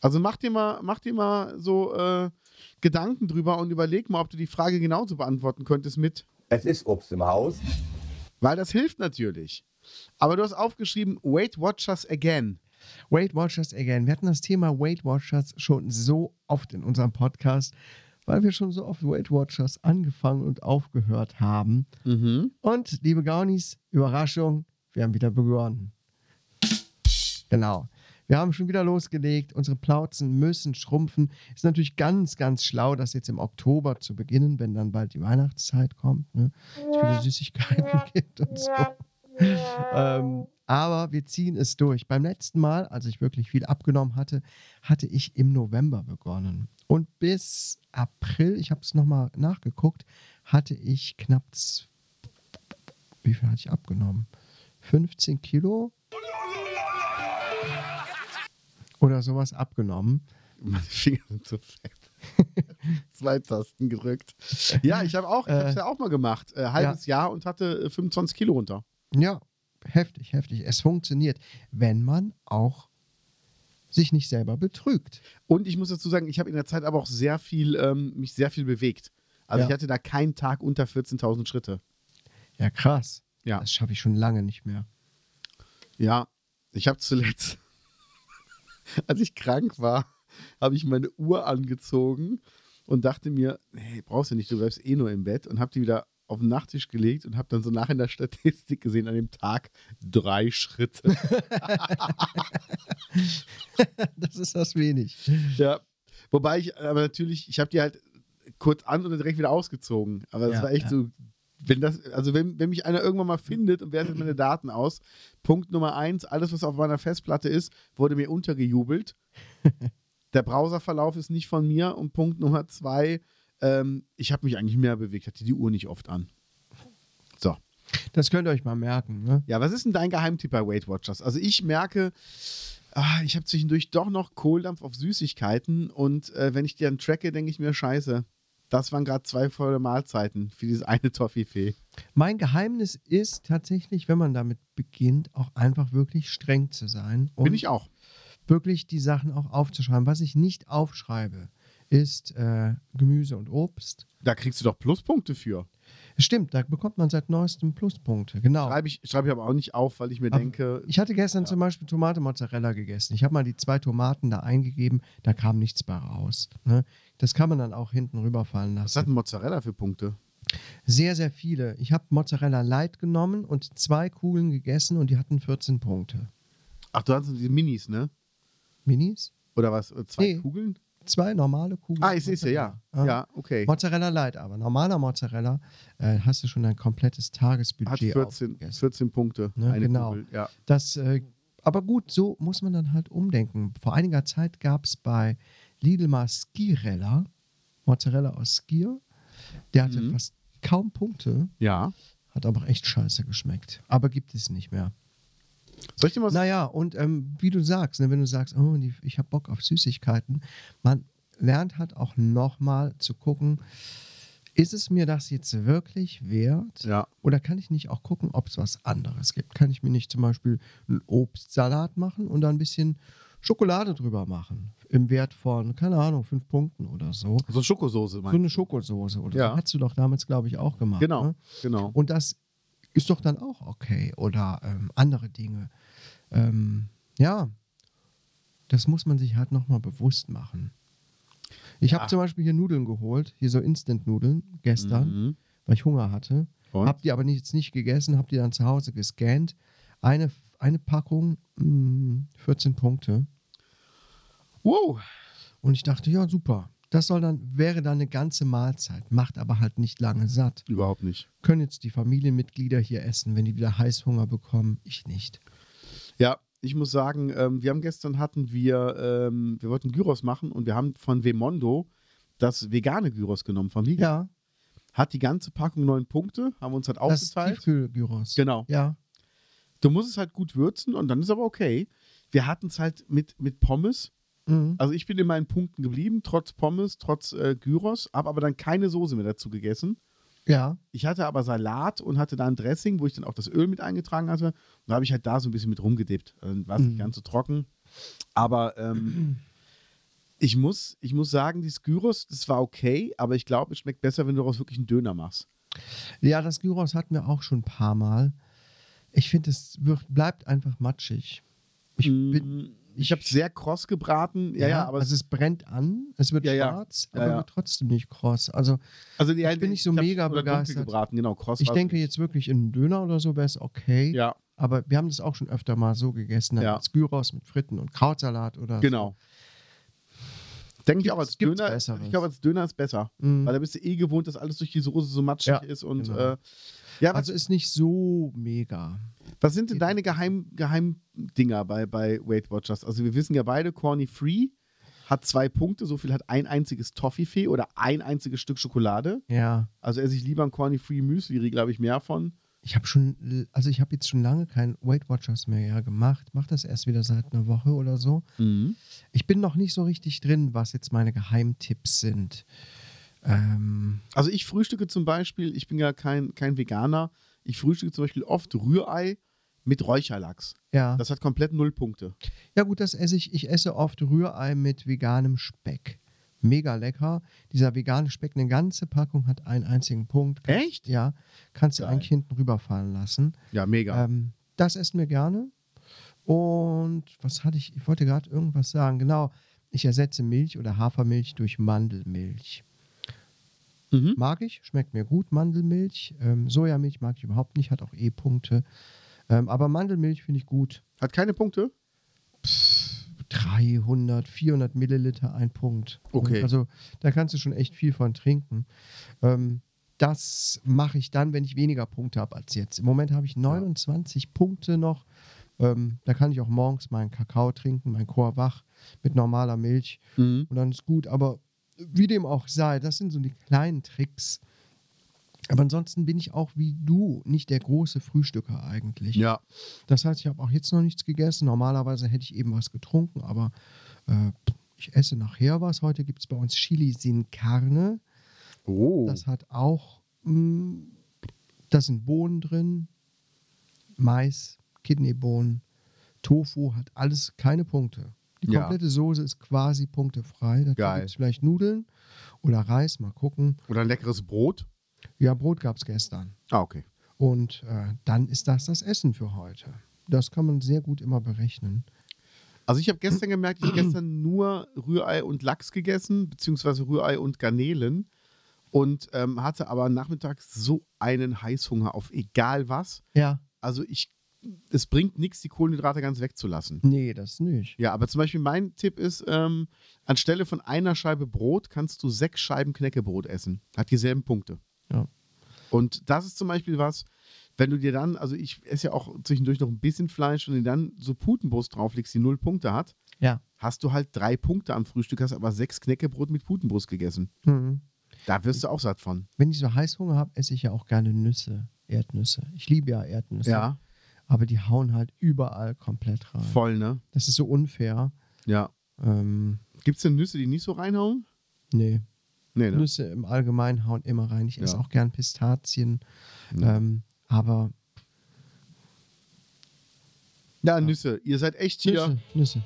Speaker 2: Also mach dir mal, mach dir mal so äh, Gedanken drüber und überleg mal, ob du die Frage genauso beantworten könntest mit.
Speaker 7: Es ist Obst im Haus.
Speaker 2: Weil das hilft natürlich. Aber du hast aufgeschrieben, Weight Watchers again.
Speaker 1: Weight Watchers again. Wir hatten das Thema Weight Watchers schon so oft in unserem Podcast, weil wir schon so oft Weight Watchers angefangen und aufgehört haben. Und liebe Gaunis, Überraschung, wir haben wieder begonnen. Genau. Wir haben schon wieder losgelegt. Unsere Plauzen müssen schrumpfen. Ist natürlich ganz, ganz schlau, das jetzt im Oktober zu beginnen, wenn dann bald die Weihnachtszeit kommt. Ne? Es viele Süßigkeiten gibt und so. Ähm, aber wir ziehen es durch. Beim letzten Mal, als ich wirklich viel abgenommen hatte, hatte ich im November begonnen. Und bis April, ich habe es nochmal nachgeguckt, hatte ich knapp. z- Wie viel hatte ich abgenommen? 15 Kilo? Oder sowas abgenommen.
Speaker 2: Meine Finger sind zu fett. Zwei Tasten gedrückt. Ja, ich habe auch, ich habe es ja auch mal gemacht. Äh, halbes Jahr und hatte äh, 25 Kilo runter.
Speaker 1: Ja, heftig, heftig. Es funktioniert, wenn man auch sich nicht selber betrügt.
Speaker 2: Und ich muss dazu sagen, ich habe in der Zeit aber auch sehr viel, ähm, mich sehr viel bewegt. Also
Speaker 1: Ja.
Speaker 2: ich hatte da keinen Tag unter 14.000 Schritte.
Speaker 1: Ja, krass.
Speaker 2: Ja.
Speaker 1: Das schaffe ich schon lange nicht mehr.
Speaker 2: Ja, ich habe zuletzt, als ich krank war, habe ich meine Uhr angezogen und dachte mir, hey, brauchst du nicht, du bleibst eh nur im Bett und habe die wieder auf den Nachttisch gelegt und habe dann so nach in der Statistik gesehen an dem Tag drei Schritte.
Speaker 1: Das ist das wenig.
Speaker 2: ja. Wobei ich, aber natürlich, ich habe die halt kurz an und dann direkt wieder ausgezogen. Aber das
Speaker 1: Ja,
Speaker 2: war echt
Speaker 1: ja.
Speaker 2: so, wenn das, also wenn, wenn mich einer irgendwann mal findet und wertet meine Daten aus, Punkt Nummer eins, alles, was auf meiner Festplatte ist, wurde mir untergejubelt. Der Browserverlauf ist nicht von mir. Und Punkt Nummer zwei, ähm, ich habe mich eigentlich mehr bewegt, hatte die Uhr nicht oft an. So.
Speaker 1: Das könnt ihr euch mal merken. Ne?
Speaker 2: Ja, was ist denn dein Geheimtipp bei Weight Watchers? Also ich merke, ah, ich habe zwischendurch doch noch Kohldampf auf Süßigkeiten und äh, wenn ich die dann tracke, denke ich mir, scheiße, das waren gerade zwei volle Mahlzeiten für dieses eine Toffifee.
Speaker 1: Mein Geheimnis ist tatsächlich, wenn man damit beginnt, auch einfach wirklich streng zu sein und
Speaker 2: Bin ich auch.
Speaker 1: wirklich die Sachen auch aufzuschreiben. Was ich nicht aufschreibe, ist äh, Gemüse und Obst.
Speaker 2: Da kriegst du doch Pluspunkte für.
Speaker 1: Stimmt, da bekommt man seit neuestem Pluspunkte. Genau.
Speaker 2: Schreibe ich, schreib ich aber auch nicht auf, weil ich mir
Speaker 1: Aber
Speaker 2: denke,
Speaker 1: Ich hatte gestern zum Beispiel Tomate Mozzarella gegessen. Ich habe mal die zwei Tomaten da eingegeben, da kam nichts bei raus. Ne? Das kann man dann auch hinten rüberfallen
Speaker 2: was hat
Speaker 1: lassen.
Speaker 2: denn Mozzarella für Punkte?
Speaker 1: Sehr, sehr viele. Ich habe Mozzarella Light genommen und zwei Kugeln gegessen und die hatten 14 Punkte.
Speaker 2: Ach, du hast diese Minis, ne?
Speaker 1: Minis?
Speaker 2: Oder was? äh, Zwei
Speaker 1: Nee.
Speaker 2: Kugeln?
Speaker 1: Zwei normale Kugeln.
Speaker 2: Ah, ich sehe sie, ja.
Speaker 1: Mozzarella.
Speaker 2: Ja, okay.
Speaker 1: Mozzarella Light, aber normaler Mozzarella äh, hast du schon dein komplettes Tagesbudget
Speaker 2: Hat 14,
Speaker 1: aufgegessen.
Speaker 2: 14 Punkte.
Speaker 1: Ne,
Speaker 2: eine
Speaker 1: genau.
Speaker 2: Kugel, ja.
Speaker 1: Das, äh, aber gut, so muss man dann halt umdenken. Vor einiger Zeit gab es bei Lidl mal Skirella, Mozzarella aus Skier. Der
Speaker 2: Mhm.
Speaker 1: hatte fast kaum Punkte,
Speaker 2: Ja.
Speaker 1: hat aber echt scheiße geschmeckt. Aber gibt es nicht mehr.
Speaker 2: Soll ich dir mal was
Speaker 1: Naja, und ähm, wie du sagst, ne, wenn du sagst, oh, die, ich habe Bock auf Süßigkeiten, man lernt halt auch nochmal zu gucken, ist es mir das jetzt wirklich wert?
Speaker 2: Ja.
Speaker 1: Oder kann ich nicht auch gucken, ob es was anderes gibt? Kann ich mir nicht zum Beispiel einen Obstsalat machen und da ein bisschen Schokolade drüber machen? Im Wert von, keine Ahnung, fünf Punkten oder so.
Speaker 2: So Schokosoße, meinst
Speaker 1: So eine Schokosoße oder
Speaker 2: Ja.
Speaker 1: so. Hast du doch damals, glaube ich, auch gemacht.
Speaker 2: Genau,
Speaker 1: ne?
Speaker 2: genau.
Speaker 1: Und das ist doch dann auch okay. Oder ähm, andere Dinge. Ähm, ja, das muss man sich halt nochmal bewusst machen. Ich habe zum Beispiel hier Nudeln geholt, hier so Instant-Nudeln
Speaker 2: Mhm.
Speaker 1: gestern, weil ich Hunger hatte.
Speaker 2: Und?
Speaker 1: Hab die aber nicht, jetzt nicht gegessen, hab die dann zu Hause gescannt. Eine, mm, eine Packung, mh, 14 Punkte.
Speaker 2: Wow.
Speaker 1: Und ich dachte, ja, super. Das soll dann, wäre dann eine ganze Mahlzeit, macht aber halt nicht lange satt.
Speaker 2: Überhaupt nicht.
Speaker 1: Können jetzt die Familienmitglieder hier essen, wenn die wieder Heißhunger bekommen? Ich nicht.
Speaker 2: Ja, ich muss sagen, ähm, wir haben gestern hatten wir, ähm, wir wollten Gyros machen und wir haben von Wemondo das vegane Gyros genommen vom Vegan.
Speaker 1: Ja,
Speaker 2: Hat die ganze Packung neun Punkte, haben wir uns halt
Speaker 1: das
Speaker 2: aufgeteilt.
Speaker 1: Tiefkühlgyros.
Speaker 2: Genau.
Speaker 1: Ja,
Speaker 2: Du musst es halt gut würzen und dann ist aber okay. Wir hatten es halt mit, mit Pommes.
Speaker 1: mhm.
Speaker 2: Also ich bin in meinen Punkten geblieben, trotz Pommes, trotz äh, Gyros, habe aber dann keine Soße mehr dazu gegessen.
Speaker 1: ja.
Speaker 2: Ich hatte aber Salat und hatte da ein Dressing, wo ich dann auch das Öl mit eingetragen hatte. Und da habe ich halt da so ein bisschen mit rumgedippt. Dann war es nicht
Speaker 1: Mhm.
Speaker 2: ganz so trocken. Aber ähm, ich, muss, ich muss sagen, dieses Gyros, das war okay, aber ich glaube, es schmeckt besser, wenn du daraus wirklich einen Döner machst.
Speaker 1: Ja, das Gyros hatten wir auch schon ein paar Mal. Ich finde, es wird, bleibt einfach matschig. Ich bin,
Speaker 2: Mm, ich habe sehr kross gebraten. Ja, ja, aber
Speaker 1: also es brennt an, es wird
Speaker 2: Ja, ja.
Speaker 1: schwarz,
Speaker 2: Ja,
Speaker 1: aber
Speaker 2: ja.
Speaker 1: wird trotzdem nicht kross. Also
Speaker 2: also, ja,
Speaker 1: ich bin nicht so
Speaker 2: hab's-
Speaker 1: mega
Speaker 2: oder dunkel
Speaker 1: begeistert.
Speaker 2: gebraten, genau, kross
Speaker 1: ich
Speaker 2: war's
Speaker 1: denke
Speaker 2: nicht.
Speaker 1: jetzt wirklich in einem Döner oder so wäre es okay.
Speaker 2: Ja,
Speaker 1: Aber wir haben das auch schon öfter mal so gegessen.
Speaker 2: Ja.
Speaker 1: Das Gyros mit Fritten und Krautsalat oder
Speaker 2: genau. Denke ich auch als
Speaker 1: Gibt's
Speaker 2: Döner.
Speaker 1: Besseres?
Speaker 2: Ich glaube, als Döner ist besser.
Speaker 1: so. Mhm.
Speaker 2: Weil da bist du eh gewohnt, dass alles durch die Soße so matschig
Speaker 1: Ja,
Speaker 2: ist. Und
Speaker 1: genau.
Speaker 2: äh, ja, was
Speaker 1: Also ist nicht so mega.
Speaker 2: Was sind denn deine Geheim, Geheimdinger bei, bei Weight Watchers? Also wir wissen ja beide, Corny Free hat zwei Punkte, so viel hat ein einziges Toffifee oder ein einziges Stück Schokolade.
Speaker 1: Ja.
Speaker 2: Also esse ich lieber ein Corny Free Müsli, glaube ich, mehr von.
Speaker 1: Ich habe schon, also ich habe jetzt schon lange kein Weight Watchers mehr ja, gemacht. Mach das erst wieder seit einer Woche oder so.
Speaker 2: Mhm.
Speaker 1: Ich bin noch nicht so richtig drin, was jetzt meine Geheimtipps sind. Ähm,
Speaker 2: Also ich frühstücke zum Beispiel, ich bin ja kein, kein Veganer, ich frühstücke zum Beispiel oft Rührei mit Räucherlachs.
Speaker 1: ja.
Speaker 2: Das hat komplett null Punkte.
Speaker 1: ja, gut, das esse ich. Ich esse oft Rührei mit veganem Speck. Mega lecker. Dieser vegane Speck, eine ganze Packung hat einen einzigen Punkt.
Speaker 2: Echt?
Speaker 1: Ja, kannst du
Speaker 2: Geil.
Speaker 1: eigentlich hinten rüberfallen lassen.
Speaker 2: Ja, mega.
Speaker 1: Ähm, das essen wir gerne. Und was hatte ich? Ich wollte gerade irgendwas sagen. Genau, ich ersetze Milch oder Hafermilch durch Mandelmilch.
Speaker 2: Mhm.
Speaker 1: Mag ich, schmeckt mir gut, Mandelmilch. Ähm, Sojamilch mag ich überhaupt nicht, hat auch E-Punkte. Ähm, aber Mandelmilch finde ich gut.
Speaker 2: Hat keine Punkte?
Speaker 1: Pff, 300, 400 Milliliter, ein Punkt.
Speaker 2: Okay.
Speaker 1: Also da kannst du schon echt viel von trinken. Ähm, das mache ich dann, wenn ich weniger Punkte habe als jetzt. Im Moment habe ich 29 Punkte noch. Ähm, da kann ich auch morgens meinen Kakao trinken, mein Chor wach mit normaler Milch
Speaker 2: Mhm.
Speaker 1: und dann ist gut. Aber wie dem auch sei, das sind so die kleinen Tricks. Aber ansonsten bin ich auch wie du nicht der große Frühstücker eigentlich.
Speaker 2: Ja.
Speaker 1: Das heißt, ich habe auch jetzt noch nichts gegessen. Normalerweise hätte ich eben was getrunken, aber äh, ich esse nachher was. Heute gibt es bei uns Chili sin Carne.
Speaker 2: Oh.
Speaker 1: Das hat auch, mh, das sind Bohnen drin, Mais, Kidneybohnen, Tofu, hat alles keine Punkte. Die
Speaker 2: Ja.
Speaker 1: komplette Soße ist quasi punktefrei. Dazu
Speaker 2: Geil.
Speaker 1: gibt es vielleicht Nudeln oder Reis, mal gucken.
Speaker 2: Oder ein leckeres Brot?
Speaker 1: Ja, Brot gab es gestern.
Speaker 2: Ah, okay.
Speaker 1: Und äh, dann ist das das Essen für heute. Das kann man sehr gut immer berechnen.
Speaker 2: Also ich habe gestern gemerkt, ich habe gestern nur Rührei und Lachs gegessen, beziehungsweise Rührei und Garnelen und ähm, hatte aber nachmittags so einen Heißhunger auf egal was.
Speaker 1: Ja.
Speaker 2: Also ich, es bringt nichts, die Kohlenhydrate ganz wegzulassen.
Speaker 1: Nee, das nicht.
Speaker 2: Ja, aber zum Beispiel mein Tipp ist, ähm, anstelle von einer Scheibe Brot kannst du sechs Scheiben Knäckebrot essen. Hat dieselben Punkte.
Speaker 1: Ja.
Speaker 2: Und das ist zum Beispiel was, wenn du dir dann, also ich esse ja auch zwischendurch noch ein bisschen Fleisch, wenn du dir dann so Putenbrust drauflegst, die null Punkte hat,
Speaker 1: Ja.
Speaker 2: hast du halt drei Punkte am Frühstück, hast aber sechs Knäckebrot mit Putenbrust gegessen.
Speaker 1: Mhm.
Speaker 2: Da wirst du auch satt von.
Speaker 1: Wenn ich so Heißhunger habe, esse ich ja auch gerne Nüsse, Erdnüsse. Ich liebe ja Erdnüsse. Aber die hauen halt überall komplett rein.
Speaker 2: Voll, ne?
Speaker 1: Das ist so unfair.
Speaker 2: Ja.
Speaker 1: Ähm,
Speaker 2: Gibt es denn Nüsse, die nicht so reinhauen?
Speaker 1: nee.
Speaker 2: Nee, ne?
Speaker 1: Nüsse im Allgemeinen hauen immer rein. Ich esse
Speaker 2: Ja.
Speaker 1: auch gern Pistazien.
Speaker 2: Ja.
Speaker 1: Ähm, aber
Speaker 2: Ja, Nüsse. Ihr seid echt hier.
Speaker 1: Nüsse, Nüsse.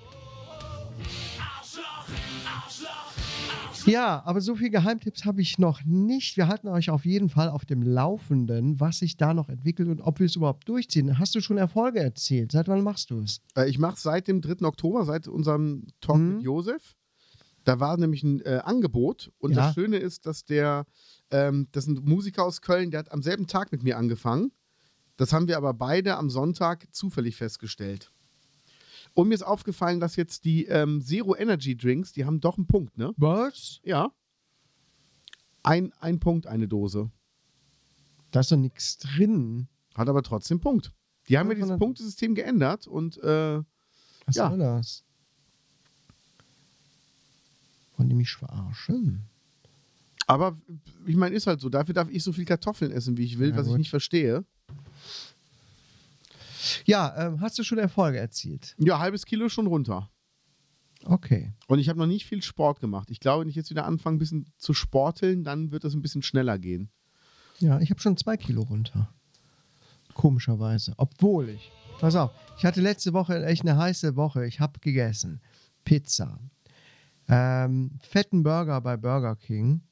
Speaker 1: Ja, aber so viel Geheimtipps habe ich noch nicht. Wir halten euch auf jeden Fall auf dem Laufenden, was sich da noch entwickelt und ob wir es überhaupt durchziehen. Hast du schon Erfolge erzielt? Seit wann machst du es?
Speaker 2: Äh, ich mache seit dem 3. Oktober, seit unserem Talk
Speaker 1: Mhm.
Speaker 2: mit Josef. Da war nämlich ein äh, Angebot und
Speaker 1: Ja.
Speaker 2: das Schöne ist, dass der, ähm, das ist ein Musiker aus Köln, der hat am selben Tag mit mir angefangen. Das haben wir aber beide am Sonntag zufällig festgestellt. Und mir ist aufgefallen, dass jetzt die ähm, Zero Energy Drinks, die haben doch einen Punkt, ne?
Speaker 1: Was?
Speaker 2: Ja. Ein, ein Punkt, eine Dose.
Speaker 1: Da ist doch nichts drin.
Speaker 2: Hat aber trotzdem Punkt. Die haben ja
Speaker 1: Ja,
Speaker 2: dieses
Speaker 1: von der-
Speaker 2: Punktesystem geändert und äh,
Speaker 1: Was
Speaker 2: Ja.
Speaker 1: soll das? Wollen die mich verarschen?
Speaker 2: aber ich meine, ist halt so. Dafür darf ich so viel Kartoffeln essen, wie ich will,
Speaker 1: Ja,
Speaker 2: was ich
Speaker 1: gut.
Speaker 2: nicht verstehe.
Speaker 1: Ja, ähm, hast du schon Erfolge erzielt?
Speaker 2: Ja, halbes Kilo schon runter.
Speaker 1: Okay.
Speaker 2: Und ich habe noch nicht viel Sport gemacht. Ich glaube, wenn ich jetzt wieder anfange, ein bisschen zu sporteln, dann wird das ein bisschen schneller gehen.
Speaker 1: Ja, ich habe schon zwei Kilo runter. Komischerweise. Obwohl ich. Pass auf, ich hatte letzte Woche echt eine heiße Woche. Ich habe gegessen. Pizza. Ähm, fetten Burger bei Burger King,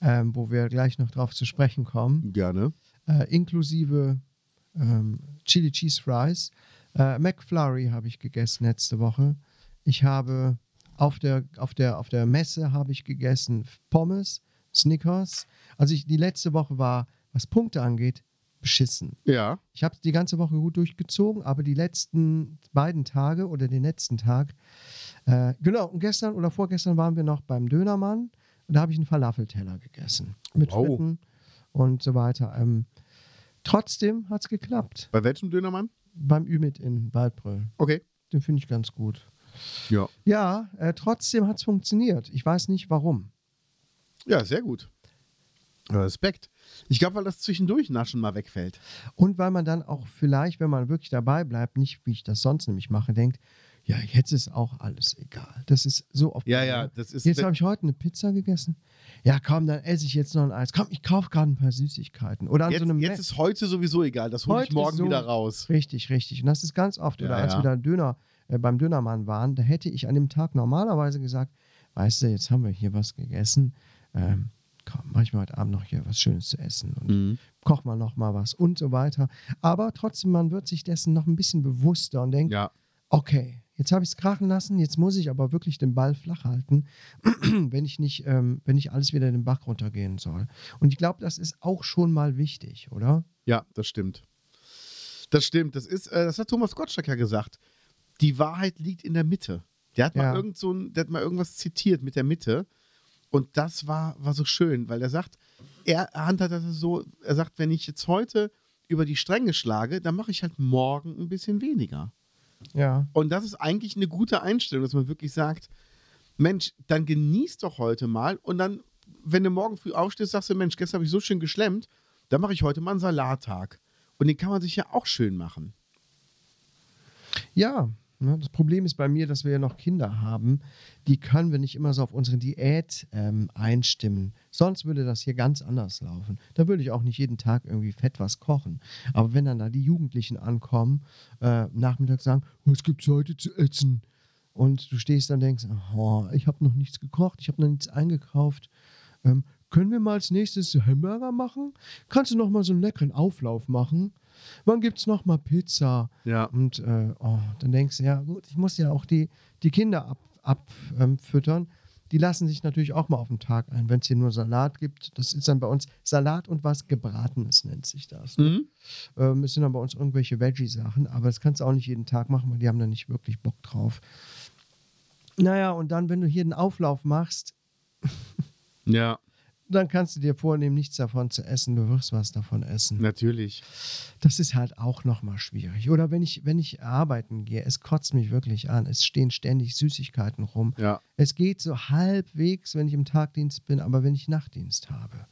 Speaker 1: ähm, wo wir gleich noch drauf zu sprechen kommen.
Speaker 2: Gerne.
Speaker 1: äh, inklusive ähm, Chili Cheese Fries. Äh, McFlurry habe ich gegessen letzte Woche. Ich habe auf der, auf der, auf der Messe habe ich gegessen Pommes, Snickers. Also ich, die letzte Woche war, was Punkte angeht, beschissen.
Speaker 2: Ja.
Speaker 1: Ich habe die ganze Woche gut durchgezogen, aber die letzten beiden Tage oder den letzten Tag, äh, genau, und gestern oder vorgestern waren wir noch beim Dönermann und da habe ich einen Falafelteller gegessen mit
Speaker 2: Wow.
Speaker 1: Fritten und so weiter. Ähm, trotzdem hat es geklappt
Speaker 2: Bei welchem Dönermann?
Speaker 1: beim Ümit in Waldbröl.
Speaker 2: Okay.
Speaker 1: Den finde ich ganz gut.
Speaker 2: Ja.
Speaker 1: Ja, äh, trotzdem hat es funktioniert. Ich weiß nicht warum.
Speaker 2: Ja, sehr gut. Respekt. Ich glaube, weil das zwischendurch Naschen mal wegfällt.
Speaker 1: Und weil man dann auch vielleicht, wenn man wirklich dabei bleibt, nicht wie ich das sonst nämlich mache, denkt, ja, jetzt ist auch alles egal. Das ist so oft.
Speaker 2: Ja, ja, das ist-
Speaker 1: Jetzt habe ich heute eine Pizza gegessen. Ja, komm, dann esse ich jetzt noch ein Eis. Komm, ich kaufe gerade ein paar Süßigkeiten. Oder an
Speaker 2: Jetzt,
Speaker 1: so einem
Speaker 2: jetzt
Speaker 1: Me-
Speaker 2: ist heute sowieso egal. Das hole ich
Speaker 1: Heute
Speaker 2: morgen
Speaker 1: ist so-
Speaker 2: wieder raus.
Speaker 1: Richtig, richtig. Und das ist ganz oft. Oder
Speaker 2: Ja,
Speaker 1: als
Speaker 2: ja.
Speaker 1: wir da Döner, äh, beim Dönermann waren, da hätte ich an dem Tag normalerweise gesagt, weißt du, jetzt haben wir hier was gegessen. Ähm, komm, mach ich mir heute Abend noch hier was Schönes zu essen.
Speaker 2: Mhm.
Speaker 1: Und koch mal noch mal was und so weiter. Aber trotzdem, man wird sich dessen noch ein bisschen bewusster und denkt,
Speaker 2: Ja.
Speaker 1: okay, jetzt habe ich es krachen lassen, jetzt muss ich aber wirklich den Ball flach halten, wenn ich nicht, ähm, wenn nicht alles wieder in den Bach runtergehen soll. Und ich glaube, das ist auch schon mal wichtig, oder?
Speaker 2: Ja, das stimmt. Das stimmt. Das ist, äh, das hat Thomas Gottschalk ja gesagt. Die Wahrheit liegt in der Mitte. Der hat,
Speaker 1: Ja.
Speaker 2: mal, irgend so ein, der hat mal irgendwas zitiert mit der Mitte. Und das war, war so schön, weil er sagt, er handelt das so, er sagt, wenn ich jetzt heute über die Stränge schlage, dann mache ich halt morgen ein bisschen weniger.
Speaker 1: Ja.
Speaker 2: Und das ist eigentlich eine gute Einstellung, dass man wirklich sagt, Mensch, dann genieß doch heute mal und dann, wenn du morgen früh aufstehst, sagst du, Mensch, gestern habe ich so schön geschlemmt, dann mache ich heute mal einen Salattag. Und den kann man sich ja auch schön machen.
Speaker 1: Ja, ne, das Problem ist bei mir, dass wir ja noch Kinder haben. Die können wir nicht immer so auf unsere Diät ähm, einstimmen. Sonst würde das hier ganz anders laufen. Da würde ich auch nicht jeden Tag irgendwie fett was kochen. Aber wenn dann da die Jugendlichen ankommen, äh, nachmittags sagen, was gibt's heute zu essen? Und du stehst dann und denkst, oh, ich habe noch nichts gekocht, ich habe noch nichts eingekauft. Ähm, können wir mal als nächstes Hamburger machen? Kannst du noch mal so einen leckeren Auflauf machen? Wann gibt's noch mal Pizza?
Speaker 2: Ja.
Speaker 1: Und äh, oh, dann denkst du, ja gut, ich muss ja auch die, die Kinder abfüttern. Ab, ähm, füttern. die lassen sich natürlich auch mal auf den Tag ein, wenn es hier nur Salat gibt. Das ist dann bei uns Salat und was Gebratenes nennt sich das. ne?
Speaker 2: Mhm.
Speaker 1: Ähm, es sind dann bei uns irgendwelche Veggie-Sachen, aber das kannst du auch nicht jeden Tag machen, weil die haben da nicht wirklich Bock drauf. Naja, und dann, wenn du hier einen Auflauf machst,
Speaker 2: Ja,
Speaker 1: dann kannst du dir vornehmen, nichts davon zu essen. Du wirst was davon essen.
Speaker 2: natürlich.
Speaker 1: Das ist halt auch nochmal schwierig. Oder wenn ich, wenn ich arbeiten gehe, es kotzt mich wirklich an. Es stehen ständig Süßigkeiten rum.
Speaker 2: Ja.
Speaker 1: Es geht so halbwegs, wenn ich im Tagdienst bin, aber wenn ich Nachtdienst habe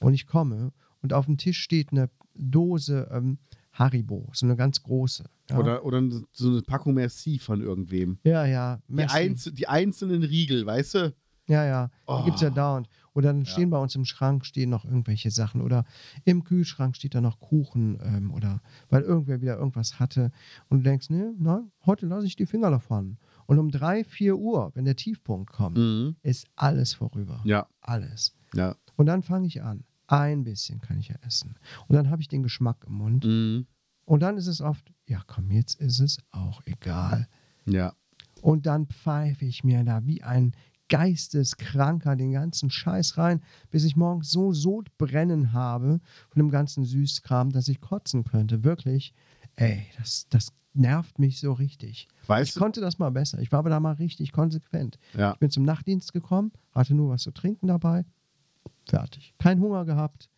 Speaker 1: und ich komme und auf dem Tisch steht eine Dose ähm, Haribo, so eine ganz große. Ja,
Speaker 2: Oder, oder so eine Packung Merci von irgendwem.
Speaker 1: ja, ja
Speaker 2: Die,
Speaker 1: Messi.
Speaker 2: einz die einzelnen Riegel, weißt du?
Speaker 1: Ja, ja,
Speaker 2: Oh.
Speaker 1: die gibt es ja dauernd. Oder dann stehen bei uns im Schrank stehen noch irgendwelche Sachen. Oder im Kühlschrank steht da noch Kuchen ähm, oder weil irgendwer wieder irgendwas hatte. Und du denkst, nee, nein, heute lasse ich die Finger davon. Und um drei, vier Uhr, wenn der Tiefpunkt kommt, ist alles vorüber.
Speaker 2: Mhm. Ja.
Speaker 1: Alles.
Speaker 2: Ja.
Speaker 1: Und dann fange ich an. Ein bisschen kann ich ja essen. Und dann habe ich den Geschmack im
Speaker 2: Mhm.
Speaker 1: Mund. Und dann ist es oft, ja komm, jetzt ist es auch egal.
Speaker 2: Ja.
Speaker 1: Und dann pfeife ich mir da wie ein Geisteskranker den ganzen Scheiß rein, bis ich morgens so Sodbrennen habe von dem ganzen Süßkram, dass ich kotzen könnte. Wirklich. Ey, das, das nervt mich so richtig. Ich
Speaker 2: Weißt du?
Speaker 1: konnte das mal besser. Ich war aber da mal richtig konsequent.
Speaker 2: Ja.
Speaker 1: Ich bin zum Nachtdienst gekommen, hatte nur was zu trinken dabei. Fertig. Kein Hunger gehabt.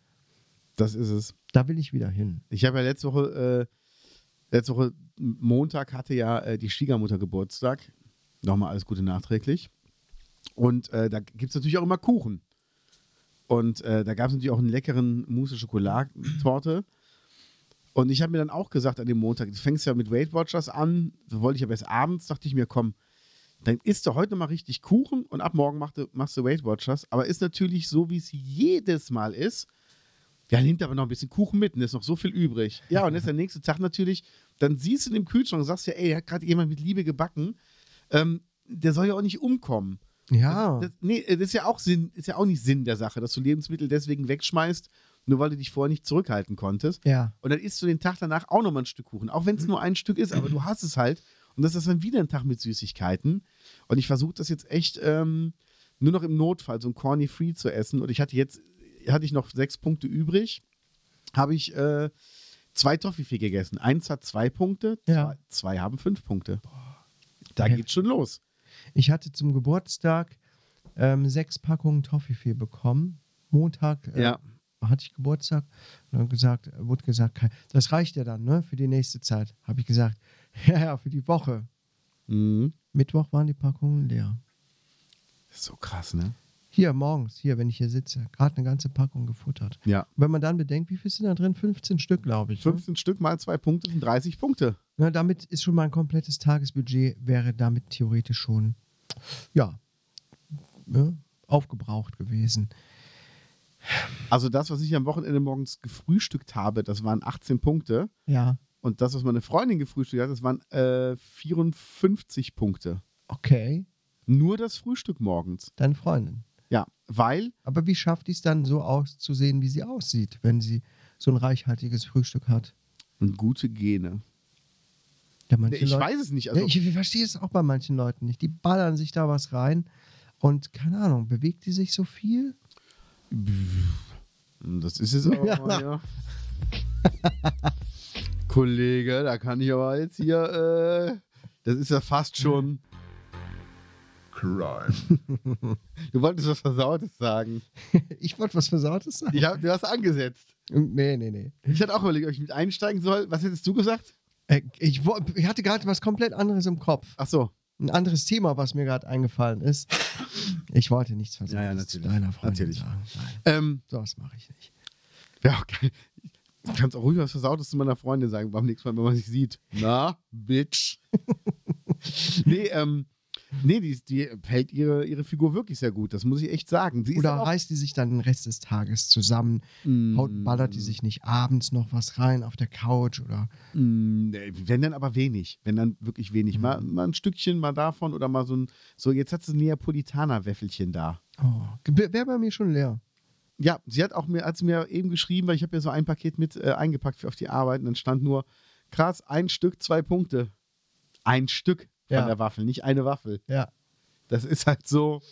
Speaker 2: Das ist es.
Speaker 1: Da will ich wieder hin.
Speaker 2: Ich habe ja letzte Woche, äh, letzte Woche Montag hatte ja äh, die Schwiegermutter Geburtstag. Nochmal alles Gute nachträglich. Und äh, da gibt es natürlich auch immer Kuchen. Und äh, da gab es natürlich auch einen leckeren Mousse Schokolade-Torte. Und ich habe mir dann auch gesagt an dem Montag, du fängst ja mit Weight Watchers an, so wollte ich aber erst abends, dachte ich mir, komm, dann isst du heute noch mal richtig Kuchen und ab morgen machst du, machst du Weight Watchers. Aber ist natürlich so, wie es jedes Mal ist, ja, nimmt aber noch ein bisschen Kuchen mit und ist noch so viel übrig. Ja, und ist der nächste Tag natürlich, dann siehst du den Kühlschrank und sagst ja, ey, hat gerade jemand mit Liebe gebacken. Ähm, der soll ja auch nicht umkommen.
Speaker 1: Ja.
Speaker 2: Das, nee, das ist ja auch Sinn, ist ja auch nicht Sinn der Sache, dass du Lebensmittel deswegen wegschmeißt, nur weil du dich vorher nicht zurückhalten konntest.
Speaker 1: ja.
Speaker 2: Und dann isst du den Tag danach auch nochmal ein Stück Kuchen. Auch wenn es nur ein Stück ist, aber du hast es halt. Und das ist dann wieder ein Tag mit Süßigkeiten. Und ich versuche das jetzt echt ähm, nur noch im Notfall, so ein Corny Free zu essen. Und ich hatte jetzt, hatte ich noch sechs Punkte übrig, habe ich äh, zwei Toffifee gegessen. Eins hat zwei Punkte,
Speaker 1: Ja.
Speaker 2: zwei, zwei haben fünf Punkte. Da geht's schon los.
Speaker 1: Ich hatte zum Geburtstag ähm, sechs Packungen Toffifee bekommen. Montag äh,
Speaker 2: Ja.
Speaker 1: hatte ich Geburtstag. Und dann gesagt, äh, wurde gesagt, "Kai, das reicht ja dann, ne? Für die nächste Zeit. Habe ich gesagt, ja, ja, für die Woche.
Speaker 2: Mhm.
Speaker 1: Mittwoch waren die Packungen leer.
Speaker 2: Das ist so krass, ne?
Speaker 1: Hier morgens, hier, wenn ich hier sitze, gerade eine ganze Packung gefuttert.
Speaker 2: Ja.
Speaker 1: Wenn man dann bedenkt, wie viel sind da drin? 15 Stück, glaube ich. ne?
Speaker 2: 15 Stück mal zwei Punkte sind 30 Punkte.
Speaker 1: Na, damit ist schon mein komplettes Tagesbudget, wäre damit theoretisch schon, ja, ne, aufgebraucht gewesen.
Speaker 2: Also das, was ich am Wochenende morgens gefrühstückt habe, das waren 18 Punkte.
Speaker 1: Ja,
Speaker 2: Und das, was meine Freundin gefrühstückt hat, das waren äh, 54 Punkte.
Speaker 1: okay,
Speaker 2: Nur das Frühstück morgens.
Speaker 1: dann Freundin.
Speaker 2: Ja, weil,
Speaker 1: Aber wie schafft die es dann so auszusehen, wie sie aussieht, wenn sie so ein reichhaltiges Frühstück hat?
Speaker 2: und gute Gene.
Speaker 1: Ja,
Speaker 2: Nee,
Speaker 1: manche
Speaker 2: ich
Speaker 1: Leute-
Speaker 2: weiß es nicht. Also,
Speaker 1: Ja, ich, ich verstehe es auch bei manchen Leuten nicht. Die ballern sich da was rein und keine Ahnung, bewegt die sich so viel?
Speaker 2: Hm, das ist es aber. mal, ja. Kollege, da kann ich aber jetzt hier, äh, das ist ja fast schon. Crime. du wolltest was Versautes sagen.
Speaker 1: Ich wollte was Versautes sagen.
Speaker 2: Ich hab, du hast angesetzt.
Speaker 1: Nee, nee, nee.
Speaker 2: Ich hatte auch überlegt, ob ich mit einsteigen soll. Was hättest du gesagt?
Speaker 1: Äh, Ich, wo- ich hatte gerade was komplett anderes im Kopf.
Speaker 2: Ach so.
Speaker 1: Ein anderes Thema, was mir gerade eingefallen ist. Ich wollte nichts Versautes
Speaker 2: Ja, ja, natürlich.
Speaker 1: zu deiner Freundin
Speaker 2: Natürlich.
Speaker 1: sagen. Nein,
Speaker 2: Ähm,
Speaker 1: sowas mache ich nicht.
Speaker 2: Ja, okay. Du kannst auch ruhig was Versautes zu meiner Freundin sagen beim nächsten Mal, wenn man sich sieht. Na, Bitch. nee, ähm, nee, die, die hält ihre, ihre Figur wirklich sehr gut. Das muss ich echt sagen. Sie
Speaker 1: Oder halt-
Speaker 2: ist
Speaker 1: reißt die sich dann den Rest des Tages zusammen?
Speaker 2: Mm.
Speaker 1: Haut, ballert die sich nicht abends noch was rein auf der Couch? Oder
Speaker 2: Mm, nee, Wenn dann aber wenig. Wenn dann wirklich wenig. Mal, mal ein Stückchen mal davon oder mal so ein. So, jetzt hat sie ein Neapolitaner-Wäffelchen da.
Speaker 1: oh, wäre bei mir schon leer.
Speaker 2: Ja, sie hat auch mir, hat sie mir eben geschrieben, weil ich habe ja so ein Paket mit äh, eingepackt für auf die Arbeit und dann stand nur, krass, ein Stück, zwei Punkte. Ein Stück von
Speaker 1: Ja.
Speaker 2: der Waffel, nicht eine Waffel.
Speaker 1: Ja.
Speaker 2: Das ist halt so.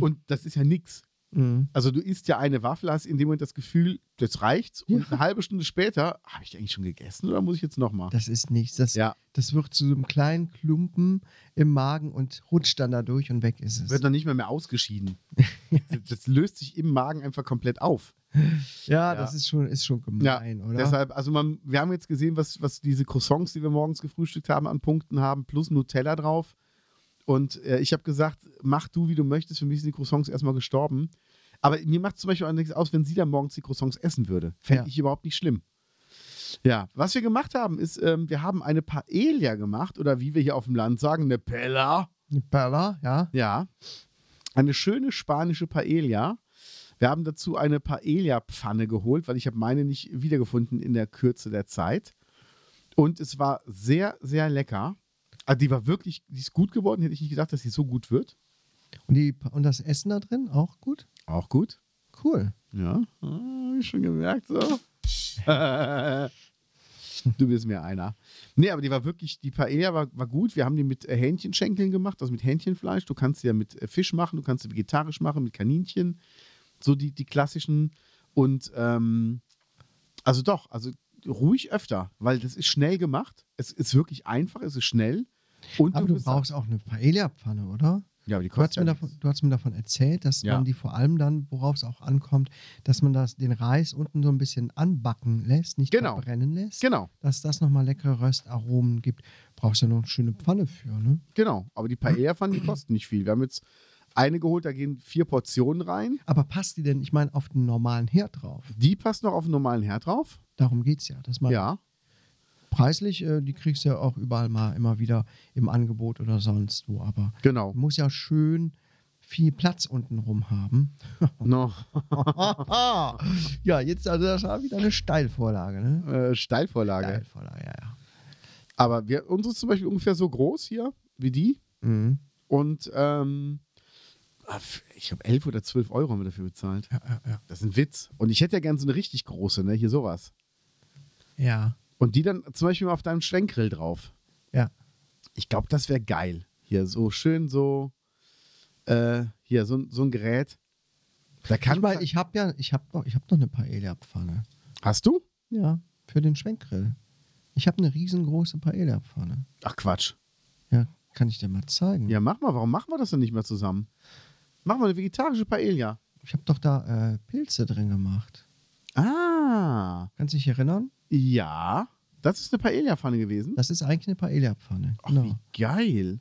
Speaker 2: Und das ist ja nix.
Speaker 1: Mhm.
Speaker 2: Also du isst ja eine Waffel, hast in dem Moment das Gefühl, das reicht's. Und eine halbe Stunde später, habe ich die eigentlich schon gegessen oder muss ich jetzt nochmal?
Speaker 1: Das ist nichts. Das,
Speaker 2: Ja.
Speaker 1: das wird zu so einem kleinen Klumpen im Magen und rutscht dann da durch und weg ist es.
Speaker 2: Wird dann nicht mehr mehr ausgeschieden. das, das löst sich im Magen einfach komplett auf.
Speaker 1: Ja,
Speaker 2: Ja.
Speaker 1: das ist schon, ist schon gemein, oder?
Speaker 2: Deshalb, also man, wir haben jetzt gesehen, was, was diese Croissants, die wir morgens gefrühstückt haben, an Punkten haben, plus Nutella drauf. Und äh, ich habe gesagt, mach du, wie du möchtest. Für mich sind die Croissants erstmal gestorben. Aber mir macht zum Beispiel auch nichts aus, wenn sie dann morgens die Croissants essen würde. Fände
Speaker 1: Ja.
Speaker 2: ich überhaupt nicht schlimm. Ja, was wir gemacht haben, ist, ähm, wir haben eine Paella gemacht oder wie wir hier auf dem Land sagen, eine Pella.
Speaker 1: Bella, ja.
Speaker 2: Ja. Eine schöne spanische Paella. Wir haben dazu eine Paella-Pfanne geholt, weil ich habe meine nicht wiedergefunden in der Kürze der Zeit. Und es war sehr, sehr lecker. Also die war wirklich, die ist gut geworden. Hätte ich nicht gedacht, dass sie so gut wird.
Speaker 1: Und, die, und das Essen da drin auch gut?
Speaker 2: Auch gut.
Speaker 1: Cool.
Speaker 2: Ja, Ah, hab ich schon gemerkt so. du bist mir einer. Nee, aber die war wirklich, die Paella war, war gut. Wir haben die mit äh, Hähnchenschenkeln gemacht, also mit Hähnchenfleisch. Du kannst sie ja mit äh, Fisch machen, du kannst sie vegetarisch machen, mit Kaninchen. So die, die klassischen. Und ähm, also doch, also ruhig öfter, weil das ist schnell gemacht. Es ist wirklich einfach, es ist schnell. Und
Speaker 1: Aber du,
Speaker 2: bist-
Speaker 1: brauchst auch eine Paella-Pfanne, oder?
Speaker 2: Ja, aber die
Speaker 1: Du hast,
Speaker 2: kostet
Speaker 1: mir
Speaker 2: ja
Speaker 1: davon,
Speaker 2: nichts.
Speaker 1: du hast mir davon erzählt, dass
Speaker 2: Ja.
Speaker 1: man die vor allem dann, worauf es auch ankommt, dass man das, den Reis unten so ein bisschen anbacken lässt, nicht
Speaker 2: Genau.
Speaker 1: brennen lässt,
Speaker 2: Genau,
Speaker 1: dass das nochmal leckere Röstaromen gibt. Brauchst du noch eine schöne Pfanne für, ne?
Speaker 2: genau. Aber die Paella-Pfannen, die kosten nicht viel. Wir haben jetzt eine geholt, da gehen vier Portionen rein.
Speaker 1: Aber passt die denn, ich meine, auf den normalen Herd drauf?
Speaker 2: Die passt noch auf einen normalen Herd drauf.
Speaker 1: Darum geht es ja. Dass man
Speaker 2: Ja.
Speaker 1: Preislich, äh, die kriegst du ja auch überall mal immer wieder im Angebot oder sonst wo. Aber
Speaker 2: Genau.
Speaker 1: muss ja schön viel Platz untenrum haben.
Speaker 2: No.
Speaker 1: Aha. ja, jetzt also das war wieder eine Steilvorlage, ne?
Speaker 2: Äh, Steilvorlage.
Speaker 1: Steilvorlage, ja, ja.
Speaker 2: Aber wir, unsere ist zum Beispiel ungefähr so groß hier wie die.
Speaker 1: Mhm.
Speaker 2: Und ähm, ah, f- ich habe 11 oder 12 Euro haben wir dafür bezahlt.
Speaker 1: Ja, ja, ja.
Speaker 2: Das ist ein Witz. Und ich hätte ja gern so eine richtig große, ne? Hier sowas.
Speaker 1: ja.
Speaker 2: Und die dann zum Beispiel mal auf deinem Schwenkgrill drauf.
Speaker 1: Ja.
Speaker 2: Ich glaube, das wäre geil. Hier so schön so, äh, hier so, ein- so ein Gerät. Da kann
Speaker 1: ich meine, ich habe ja, ich habe noch, ich hab noch eine Paella-Pfanne.
Speaker 2: Hast du?
Speaker 1: Ja, für den Schwenkgrill. Ich habe eine riesengroße Paella-Pfanne.
Speaker 2: Ach Quatsch.
Speaker 1: Ja, kann ich dir mal zeigen.
Speaker 2: Ja, mach mal. Warum machen wir das denn nicht mal zusammen? Machen wir eine vegetarische Paella.
Speaker 1: Ich habe doch da äh, Pilze drin gemacht.
Speaker 2: Ah,
Speaker 1: Kannst du dich erinnern?
Speaker 2: ja. Das ist eine Paella-Pfanne gewesen.
Speaker 1: Das ist eigentlich eine Paella-Pfanne.
Speaker 2: Ach,
Speaker 1: Genau.
Speaker 2: wie geil.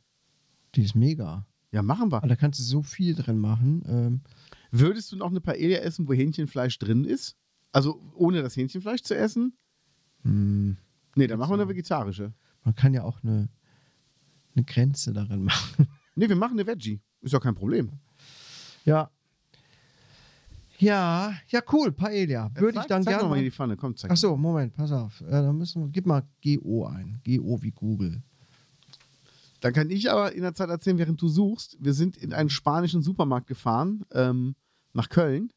Speaker 1: Die ist mega.
Speaker 2: Ja, machen wir.
Speaker 1: Aber da kannst du so viel drin machen. Ähm,
Speaker 2: Würdest du noch eine Paella essen, wo Hähnchenfleisch drin ist? Also ohne das Hähnchenfleisch zu essen?
Speaker 1: hm,
Speaker 2: Nee, dann machen wir eine vegetarische.
Speaker 1: man kann ja auch eine, eine Grenze darin machen.
Speaker 2: Nee, wir machen eine Veggie. Ist doch kein Problem.
Speaker 1: Ja. Ja, ja, cool, Paella. Würde ich dann
Speaker 2: zeig
Speaker 1: gerne.
Speaker 2: Noch mal in die
Speaker 1: mal-
Speaker 2: Pfanne. Komm, zeig.
Speaker 1: Ach so, Moment, pass auf. Äh, da müssen wir, gib mal GO ein. GO wie Google.
Speaker 2: Dann kann ich aber in der Zeit erzählen, während du suchst. Wir sind in einen spanischen Supermarkt gefahren, ähm, nach Köln.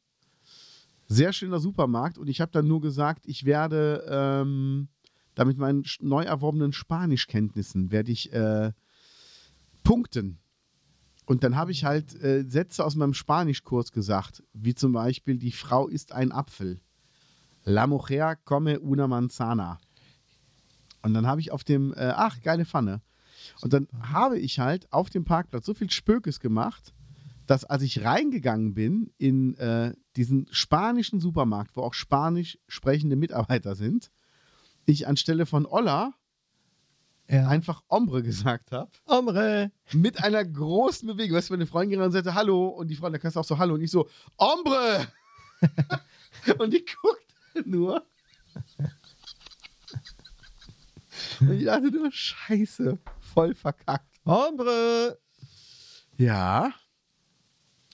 Speaker 2: Sehr schöner Supermarkt. Und ich habe dann nur gesagt, ich werde ähm, damit meinen sch- neu erworbenen Spanischkenntnissen, werde ich äh, punkten. Und dann habe ich halt äh, Sätze aus meinem Spanischkurs gesagt, wie zum Beispiel, die Frau ist ein Apfel. La mujer come una manzana. Und dann habe ich auf dem, äh, ach, geile Pfanne. Und dann habe ich halt auf dem Parkplatz so viel Spökes gemacht, dass als ich reingegangen bin in äh, diesen spanischen Supermarkt, wo auch spanisch sprechende Mitarbeiter sind, ich anstelle von Olla
Speaker 1: Ja.
Speaker 2: einfach Ombre gesagt habe.
Speaker 1: Omre.
Speaker 2: Mit einer großen Bewegung. Weißt du, meine Freundin gerannt und sagte Hallo und die Freundin, da kannst du auch so Hallo und ich so Ombre! und die guckt nur. Und ich dachte nur, Scheiße, voll verkackt.
Speaker 1: Omre.
Speaker 2: Ja.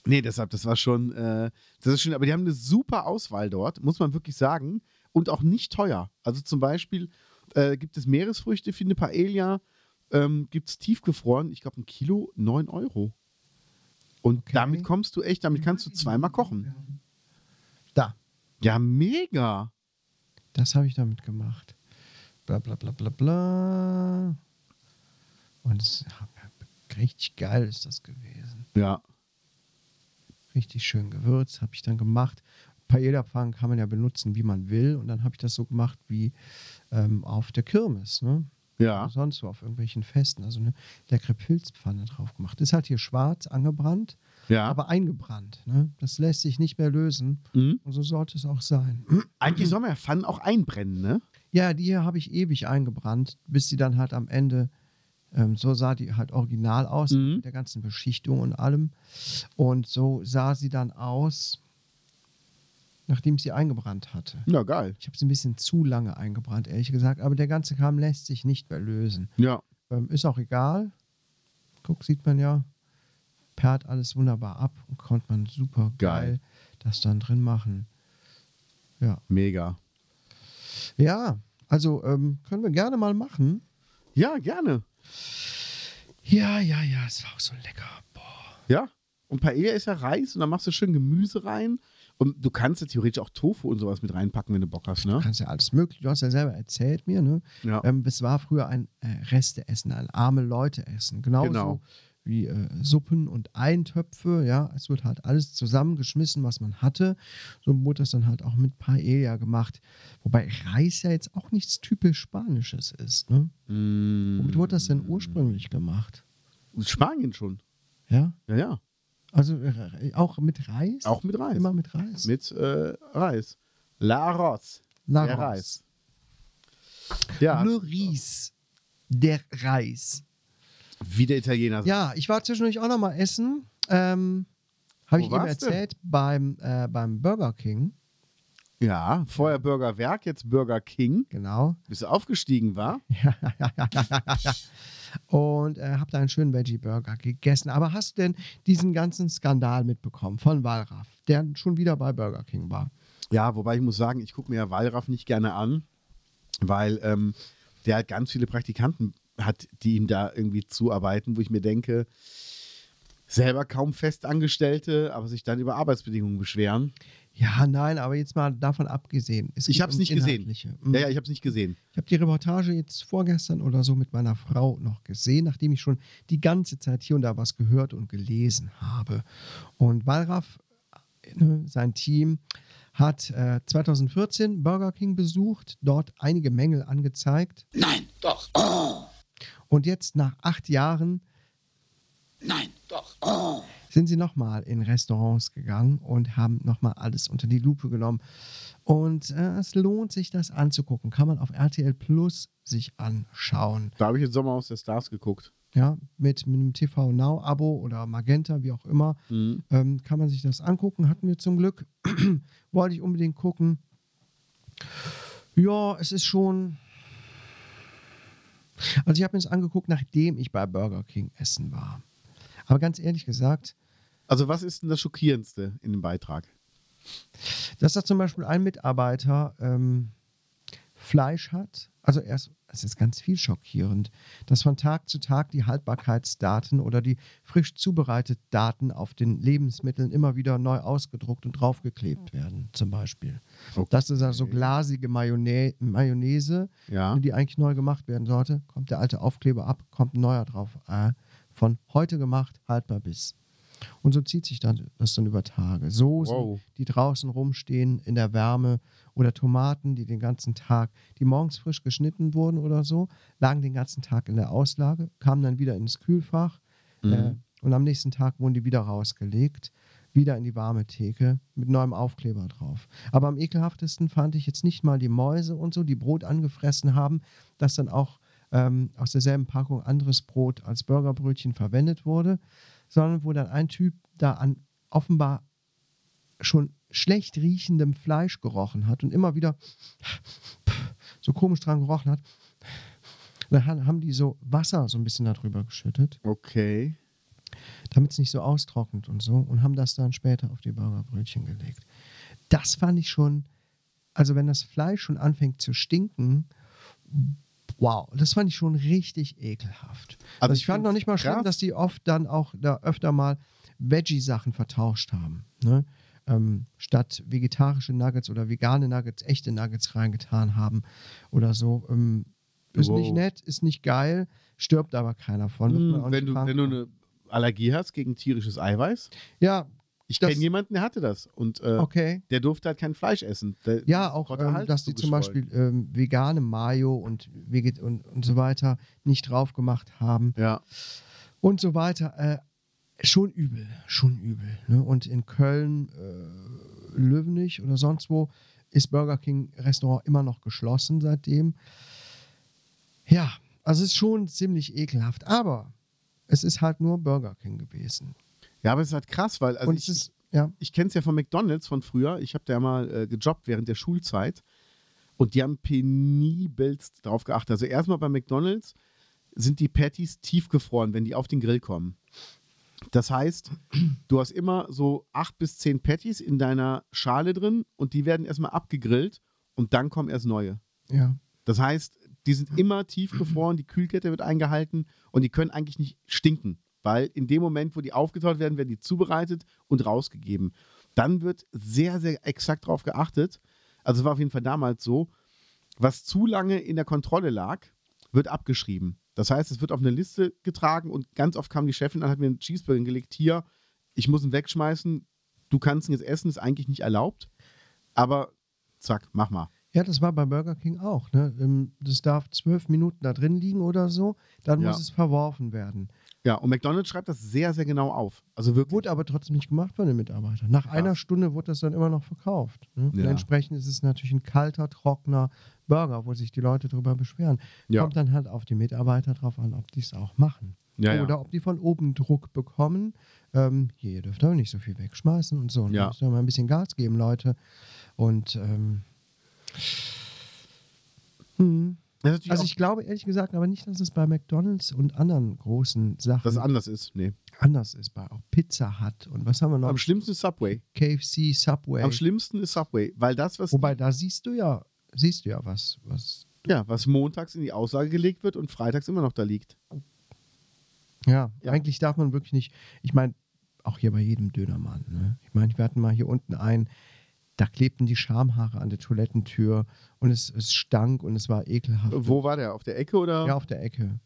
Speaker 2: Nee, deshalb, das war schon, äh, das ist schön, aber die haben eine super Auswahl dort, muss man wirklich sagen. Und auch nicht teuer. Also zum Beispiel äh, gibt es Meeresfrüchte für eine Paella, ähm, gibt es tiefgefroren, ich glaube ein Kilo, 9 Euro. Und
Speaker 1: Okay.
Speaker 2: damit kommst du echt, damit kannst du zweimal kochen.
Speaker 1: Da.
Speaker 2: Ja, mega.
Speaker 1: Das habe ich damit gemacht. Bla bla bla bla bla. Und es, ja, richtig geil ist das gewesen.
Speaker 2: Ja.
Speaker 1: richtig schön gewürzt, habe ich dann gemacht. Paella-Pfannen kann man ja benutzen, wie man will. Und dann habe ich das so gemacht wie ähm, auf der Kirmes, ne?
Speaker 2: Ja.
Speaker 1: Sonst so auf irgendwelchen Festen. Also eine leckere Pilzpfanne drauf gemacht. Ist halt hier schwarz angebrannt,
Speaker 2: Ja.
Speaker 1: aber eingebrannt. Ne? Das lässt sich nicht mehr lösen.
Speaker 2: Mhm.
Speaker 1: Und so sollte es auch sein.
Speaker 2: Eigentlich soll man ja Pfannen auch einbrennen, ne?
Speaker 1: Ja, die hier habe ich ewig eingebrannt, bis die dann halt am Ende, ähm, so sah die halt original aus,
Speaker 2: Mhm.
Speaker 1: mit der ganzen Beschichtung und allem. Und so sah sie dann aus, nachdem ich sie eingebrannt hatte.
Speaker 2: Ja, geil.
Speaker 1: Ich habe sie ein bisschen zu lange eingebrannt, ehrlich gesagt, aber der ganze Kram lässt sich nicht mehr lösen.
Speaker 2: Ja.
Speaker 1: Ähm, ist auch egal. Guck, sieht man ja, perrt alles wunderbar ab und konnte man super geil
Speaker 2: Geil.
Speaker 1: das dann drin machen.
Speaker 2: Mega.
Speaker 1: Ja, also ähm, können wir gerne mal machen.
Speaker 2: Ja, gerne.
Speaker 1: Ja, ja, ja, es war auch so lecker. Boah.
Speaker 2: Ja. Und Paella ist ja Reis und dann machst du schön Gemüse rein. Und du kannst ja theoretisch auch Tofu und sowas mit reinpacken, wenn du Bock hast,
Speaker 1: Du
Speaker 2: ne?
Speaker 1: kannst ja alles mögliche. Du hast ja selber erzählt mir, ne?
Speaker 2: Ja.
Speaker 1: Ähm, es war früher ein äh, Resteessen, ein arme Leute essen. Genauso
Speaker 2: Genau.
Speaker 1: wie äh, Suppen und Eintöpfe. Ja, es wird halt alles zusammengeschmissen, was man hatte. So wurde das dann halt auch mit Paella gemacht. Wobei Reis ja jetzt auch nichts typisch Spanisches ist. Ne? Womit wurde das denn ursprünglich gemacht?
Speaker 2: Mm. Spanien schon.
Speaker 1: Ja,
Speaker 2: Ja, ja.
Speaker 1: also äh, auch mit Reis?
Speaker 2: Auch mit Reis.
Speaker 1: Immer mit Reis?
Speaker 2: Mit äh, Reis. La Roz.
Speaker 1: La
Speaker 2: Der
Speaker 1: Roz.
Speaker 2: Reis. Ja,
Speaker 1: Le Ries. Der Reis.
Speaker 2: wie der Italiener sagt.
Speaker 1: Ja, ich war zwischendurch auch nochmal essen. Ähm, Habe
Speaker 2: Wo
Speaker 1: ich eben
Speaker 2: warst du?
Speaker 1: erzählt, beim, äh, beim Burger King.
Speaker 2: Ja, vorher Burger Werk, jetzt Burger King.
Speaker 1: Genau.
Speaker 2: Bis er aufgestiegen war.
Speaker 1: Und äh, habe da einen schönen Veggie-Burger gegessen. Aber hast du denn diesen ganzen Skandal mitbekommen von Walraff, der schon wieder bei Burger King war?
Speaker 2: Ja, wobei ich muss sagen, ich gucke mir ja Wallraff nicht gerne an, weil ähm, der halt ganz viele Praktikanten hat, die ihm da irgendwie zuarbeiten, wo ich mir denke, selber kaum Festangestellte, aber sich dann über Arbeitsbedingungen beschweren.
Speaker 1: Ja, nein, aber jetzt mal davon abgesehen. Es
Speaker 2: Ich
Speaker 1: geht
Speaker 2: habe es
Speaker 1: ums
Speaker 2: nicht gesehen.
Speaker 1: Inhaltliche. Mhm.
Speaker 2: Ja, ja, ich habe es nicht gesehen.
Speaker 1: Ich habe die Reportage jetzt vorgestern oder so mit meiner Frau noch gesehen, nachdem ich schon die ganze Zeit hier und da was gehört und gelesen habe. Und Walraff, ne, sein Team, hat äh, 2014 Burger King besucht, dort einige Mängel angezeigt.
Speaker 3: Nein, doch,
Speaker 1: Und jetzt nach acht Jahren
Speaker 3: nein, doch.
Speaker 1: sind sie nochmal in Restaurants gegangen und haben nochmal alles unter die Lupe genommen. Und äh, es lohnt sich, das anzugucken. Kann man auf RTL Plus sich anschauen.
Speaker 2: Da habe ich jetzt Sommer aus der Stars geguckt.
Speaker 1: ja, mit, mit einem TV Now Abo oder Magenta, wie auch immer, ähm, kann man sich das angucken. Hatten wir zum Glück, wollte ich unbedingt gucken. Ja, es ist schon. Also ich habe mir das angeguckt, nachdem ich bei Burger King essen war. Aber ganz ehrlich gesagt,
Speaker 2: Also, was ist denn das Schockierendste in dem Beitrag?
Speaker 1: dass da zum Beispiel ein Mitarbeiter ähm, Fleisch hat. Also erst, es ist ganz viel schockierend, dass von Tag zu Tag die Haltbarkeitsdaten oder die frisch zubereiteten Daten auf den Lebensmitteln immer wieder neu ausgedruckt und draufgeklebt werden, zum Beispiel. Das ist also glasige Mayonnaise, Mayonnaise
Speaker 2: Ja.
Speaker 1: die eigentlich neu gemacht werden sollte. Kommt der alte Aufkleber ab, kommt ein neuer drauf. Äh, von heute gemacht, haltbar bis. Und so zieht sich dann das dann über Tage. Soßen,
Speaker 2: Wow.
Speaker 1: die draußen rumstehen in der Wärme oder Tomaten, die den ganzen Tag, die morgens frisch geschnitten wurden oder so, lagen den ganzen Tag in der Auslage, kamen dann wieder ins Kühlfach äh, und am nächsten Tag wurden die wieder rausgelegt, wieder in die warme Theke mit neuem Aufkleber drauf. Aber am ekelhaftesten fand ich jetzt nicht mal die Mäuse und so, die Brot angefressen haben, dass dann auch ähm, aus derselben Packung anderes Brot als Burgerbrötchen verwendet wurde, sondern wo dann ein Typ da an offenbar schon schlecht riechendem Fleisch gerochen hat und immer wieder so komisch dran gerochen hat. Und Dann han- haben die so Wasser so ein bisschen darüber geschüttet,
Speaker 2: Okay.
Speaker 1: damit es nicht so austrocknet und so, und haben das dann später auf die Burgerbrötchen gelegt. Das fand ich schon, also wenn das Fleisch schon anfängt zu stinken, wow, das fand ich schon richtig ekelhaft.
Speaker 2: Also
Speaker 1: Also
Speaker 2: ich
Speaker 1: ich fand noch nicht mal
Speaker 2: find's
Speaker 1: schlimm,
Speaker 2: krass.
Speaker 1: dass die oft dann auch da öfter mal Veggie-Sachen vertauscht haben. Ne? Ähm, statt vegetarische Nuggets oder vegane Nuggets, echte Nuggets reingetan haben oder so. Ähm, ist
Speaker 2: Wow.
Speaker 1: nicht nett, ist nicht geil, stirbt aber keiner von. wird man auch
Speaker 2: Hm, Wenn
Speaker 1: nicht
Speaker 2: du,
Speaker 1: krank
Speaker 2: wenn du
Speaker 1: von.
Speaker 2: eine Allergie hast gegen tierisches Eiweiß,
Speaker 1: ja,
Speaker 2: ich
Speaker 1: Das-
Speaker 2: kenne jemanden, der hatte das. Und äh,
Speaker 1: okay.
Speaker 2: der durfte halt kein Fleisch essen. Der,
Speaker 1: Ja, auch,
Speaker 2: wurde
Speaker 1: ähm,
Speaker 2: halt
Speaker 1: dass die zum
Speaker 2: zugeschwollen.
Speaker 1: Beispiel ähm, vegane Mayo und, Veget und, und so weiter nicht drauf gemacht haben.
Speaker 2: Ja.
Speaker 1: und so weiter. Äh, schon übel, schon übel. Ne? Und in Köln, äh, Löwenich oder sonst wo ist Burger King Restaurant immer noch geschlossen seitdem. Ja, also es ist schon ziemlich ekelhaft, aber es ist halt nur Burger King gewesen.
Speaker 2: Ja, aber es ist halt krass, weil also
Speaker 1: und
Speaker 2: ich,
Speaker 1: es ist, ja,
Speaker 2: ich kenne es ja von McDonalds von früher. Ich habe da mal äh, gejobbt während der Schulzeit. Und die haben penibelst drauf geachtet. Also erstmal bei McDonalds sind die Patties tiefgefroren, wenn die auf den Grill kommen. Das heißt, du hast immer so acht bis zehn Patties in deiner Schale drin und die werden erstmal abgegrillt und dann kommen erst neue.
Speaker 1: ja.
Speaker 2: Das heißt, die sind immer tiefgefroren, die Kühlkette wird eingehalten und die können eigentlich nicht stinken, weil in dem Moment, wo die aufgetaut werden, werden die zubereitet und rausgegeben. Dann wird sehr, sehr exakt darauf geachtet. Also es war auf jeden Fall damals so, was zu lange in der Kontrolle lag, wird abgeschrieben. Das heißt, es wird auf eine Liste getragen und ganz oft kam die Chefin und hat mir einen Cheeseburger hingelegt. Hier, ich muss ihn wegschmeißen, du kannst ihn jetzt essen, ist eigentlich nicht erlaubt. Aber zack, mach mal.
Speaker 1: Ja, das war bei Burger King auch. Ne? Ähm, Das darf zwölf Minuten da drin liegen oder so, dann
Speaker 2: Ja.
Speaker 1: muss es verworfen werden.
Speaker 2: Ja, und McDonalds schreibt das sehr, sehr genau auf. Also wirklich.
Speaker 1: Wurde aber trotzdem nicht gemacht von den Mitarbeitern. Nach einer Stunde wurde das dann immer noch verkauft. Ne? Und
Speaker 2: Ja.
Speaker 1: Entsprechend ist es natürlich ein kalter, trockener Burger, wo sich die Leute drüber beschweren.
Speaker 2: Ja.
Speaker 1: Kommt dann halt auf die Mitarbeiter drauf an, ob die es auch machen.
Speaker 2: Ja, ja.
Speaker 1: Oder ob die von oben Druck bekommen. Ähm, hier, ihr dürft aber nicht so viel wegschmeißen und so. Und
Speaker 2: Ja.
Speaker 1: Ihr müsst doch mal ein bisschen Gas geben, Leute. Und ähm, hm.
Speaker 2: Das ist natürlich
Speaker 1: Also
Speaker 2: auch-
Speaker 1: ich glaube ehrlich gesagt aber nicht, dass es bei McDonalds und anderen großen Sachen
Speaker 2: dass es anders ist. Nee.
Speaker 1: anders ist. Bei auch Pizza Hut und was haben wir noch?
Speaker 2: Am schlimmsten ist Subway.
Speaker 1: KFC, Subway.
Speaker 2: Am schlimmsten ist Subway, weil das, was,
Speaker 1: Wobei da siehst du ja, siehst du ja was, was.
Speaker 2: ja, was montags in die Aussage gelegt wird und freitags immer noch da liegt.
Speaker 1: Ja,
Speaker 2: Ja.
Speaker 1: eigentlich darf man wirklich nicht. Ich meine, auch hier bei jedem Dönermann. Ne? Ich meine, wir hatten mal hier unten einen, da klebten die Schamhaare an der Toilettentür und es, es stank und es war ekelhaft.
Speaker 2: Wo war der? Auf der Ecke oder?
Speaker 1: Ja, auf der Ecke.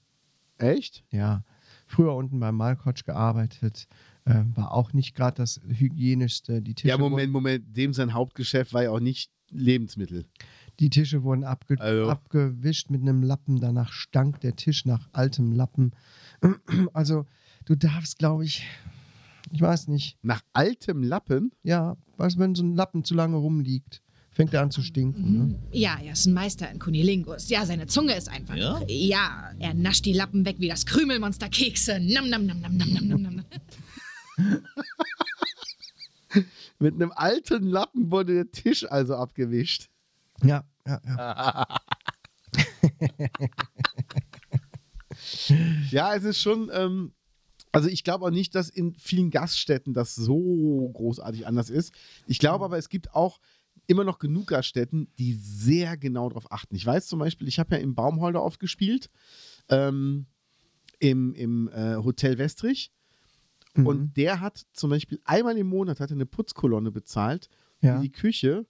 Speaker 2: Echt?
Speaker 1: Ja, früher unten beim Malkotsch gearbeitet, äh, war auch nicht gerade das hygienischste. Die Tische,
Speaker 2: ja, Moment, Moment. Dem sein Hauptgeschäft war ja auch nicht Lebensmittel.
Speaker 1: Wurden, die Tische wurden abge
Speaker 2: Also.
Speaker 1: abgewischt mit einem Lappen, danach stank der Tisch nach altem Lappen. Also du darfst, glaube ich, ich weiß nicht,
Speaker 2: Nach altem Lappen?
Speaker 1: ja, weißt du, wenn so ein Lappen zu lange rumliegt, fängt er an zu stinken. Ne?
Speaker 7: Ja, er ist ein Meister in Kunilingus. Ja, seine Zunge ist einfach. Ja? Ja, er nascht die Lappen weg wie das Krümelmonster Kekse. Nam, nam, nam, nam, nam, nam, nam, nam.
Speaker 2: Mit einem alten Lappen wurde der Tisch also abgewischt.
Speaker 1: Ja, ja, ja.
Speaker 2: Ja, es ist schon. Ähm, also ich glaube auch nicht, dass in vielen Gaststätten das so großartig anders ist. Ich glaube aber, es gibt auch immer noch genug Gaststätten, die sehr genau darauf achten. Ich weiß zum Beispiel, ich habe ja im Baumholder oft gespielt, ähm, im, im äh, Hotel Westrich.
Speaker 1: Mhm.
Speaker 2: Und der hat zum Beispiel einmal im Monat hat er eine Putzkolonne bezahlt,
Speaker 1: Ja.
Speaker 2: die die Küche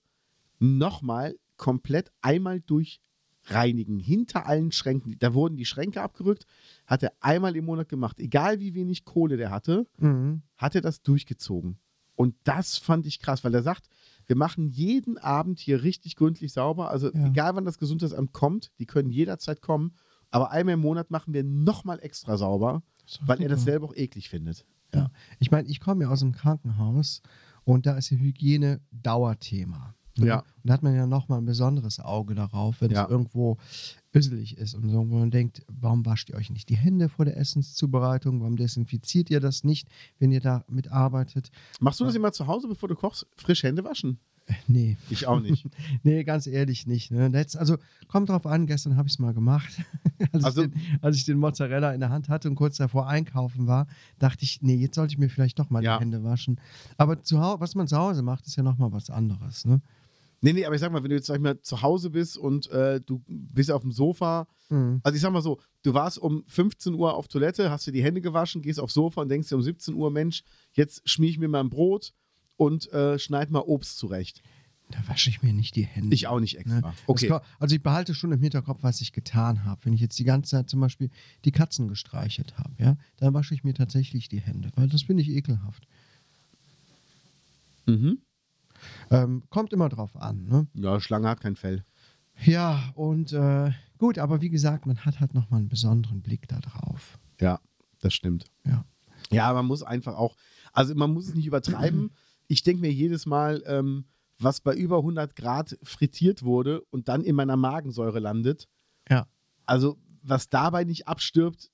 Speaker 2: nochmal komplett einmal durchreinigen. Hinter allen Schränken. Da wurden die Schränke abgerückt, hat er einmal im Monat gemacht. Egal wie wenig Kohle der hatte,
Speaker 1: Mhm.
Speaker 2: hat er das durchgezogen. Und das fand ich krass, weil er sagt, wir machen jeden Abend hier richtig gründlich sauber. Also
Speaker 1: Ja.
Speaker 2: egal wann das Gesundheitsamt kommt, die können jederzeit kommen. Aber einmal im Monat machen wir nochmal extra sauber,
Speaker 1: doch
Speaker 2: weil er das
Speaker 1: super.
Speaker 2: selber auch eklig findet.
Speaker 1: Ja. Ich meine, ich komme ja aus dem Krankenhaus und da ist die Hygiene Dauerthema. ne?
Speaker 2: Ja.
Speaker 1: Und da hat man ja nochmal ein besonderes Auge darauf, wenn
Speaker 2: Ja.
Speaker 1: es irgendwo üsselig ist und so, wo man denkt, warum wascht ihr euch nicht die Hände vor der Essenszubereitung, warum desinfiziert ihr das nicht, wenn ihr da mitarbeitet?
Speaker 2: Machst du das immer zu Hause, bevor du kochst? Frisch Hände waschen?
Speaker 1: Nee,
Speaker 2: Ich auch nicht.
Speaker 1: nee, ganz ehrlich nicht. Ne? Letzt, also kommt drauf an, gestern habe ich es mal gemacht. als,
Speaker 2: Also-
Speaker 1: ich den, als ich den Mozzarella in der Hand hatte und kurz davor einkaufen war, dachte ich, nee, jetzt sollte ich mir vielleicht doch mal
Speaker 2: Ja.
Speaker 1: die Hände waschen. Aber zu Hau- was man zu Hause macht, ist ja nochmal was anderes. Ne?
Speaker 2: Nee, nee, aber ich sag mal, wenn du jetzt sag ich mal, zu Hause bist und äh, du bist auf dem Sofa,
Speaker 1: Mhm.
Speaker 2: also ich sag mal so, du warst um 15 Uhr auf Toilette, hast dir die Hände gewaschen, gehst aufs Sofa und denkst dir um 17 Uhr, Mensch, jetzt schmier ich mir mal ein Brot und äh, schneid mal Obst zurecht.
Speaker 1: Da wasche ich mir nicht die Hände.
Speaker 2: Ich auch nicht
Speaker 1: Ne?
Speaker 2: extra.
Speaker 1: Das
Speaker 2: Okay.
Speaker 1: ko- Also ich behalte schon im Hinterkopf, was ich getan habe. Wenn ich jetzt die ganze Zeit zum Beispiel die Katzen gestreichelt habe, ja, dann wasche ich mir tatsächlich die Hände, weil das finde ich ekelhaft.
Speaker 2: Mhm.
Speaker 1: Ähm, kommt immer drauf an. Ne?
Speaker 2: Ja, Schlange hat kein Fell.
Speaker 1: Ja, und äh, gut, aber wie gesagt, man hat halt nochmal einen besonderen Blick da drauf.
Speaker 2: Ja, das stimmt.
Speaker 1: Ja.
Speaker 2: Ja, man muss einfach auch, also man muss es nicht übertreiben. Ich denke mir jedes Mal, ähm, was bei über 100 Grad frittiert wurde und dann in meiner Magensäure landet,
Speaker 1: Ja.
Speaker 2: Also, was dabei nicht abstirbt,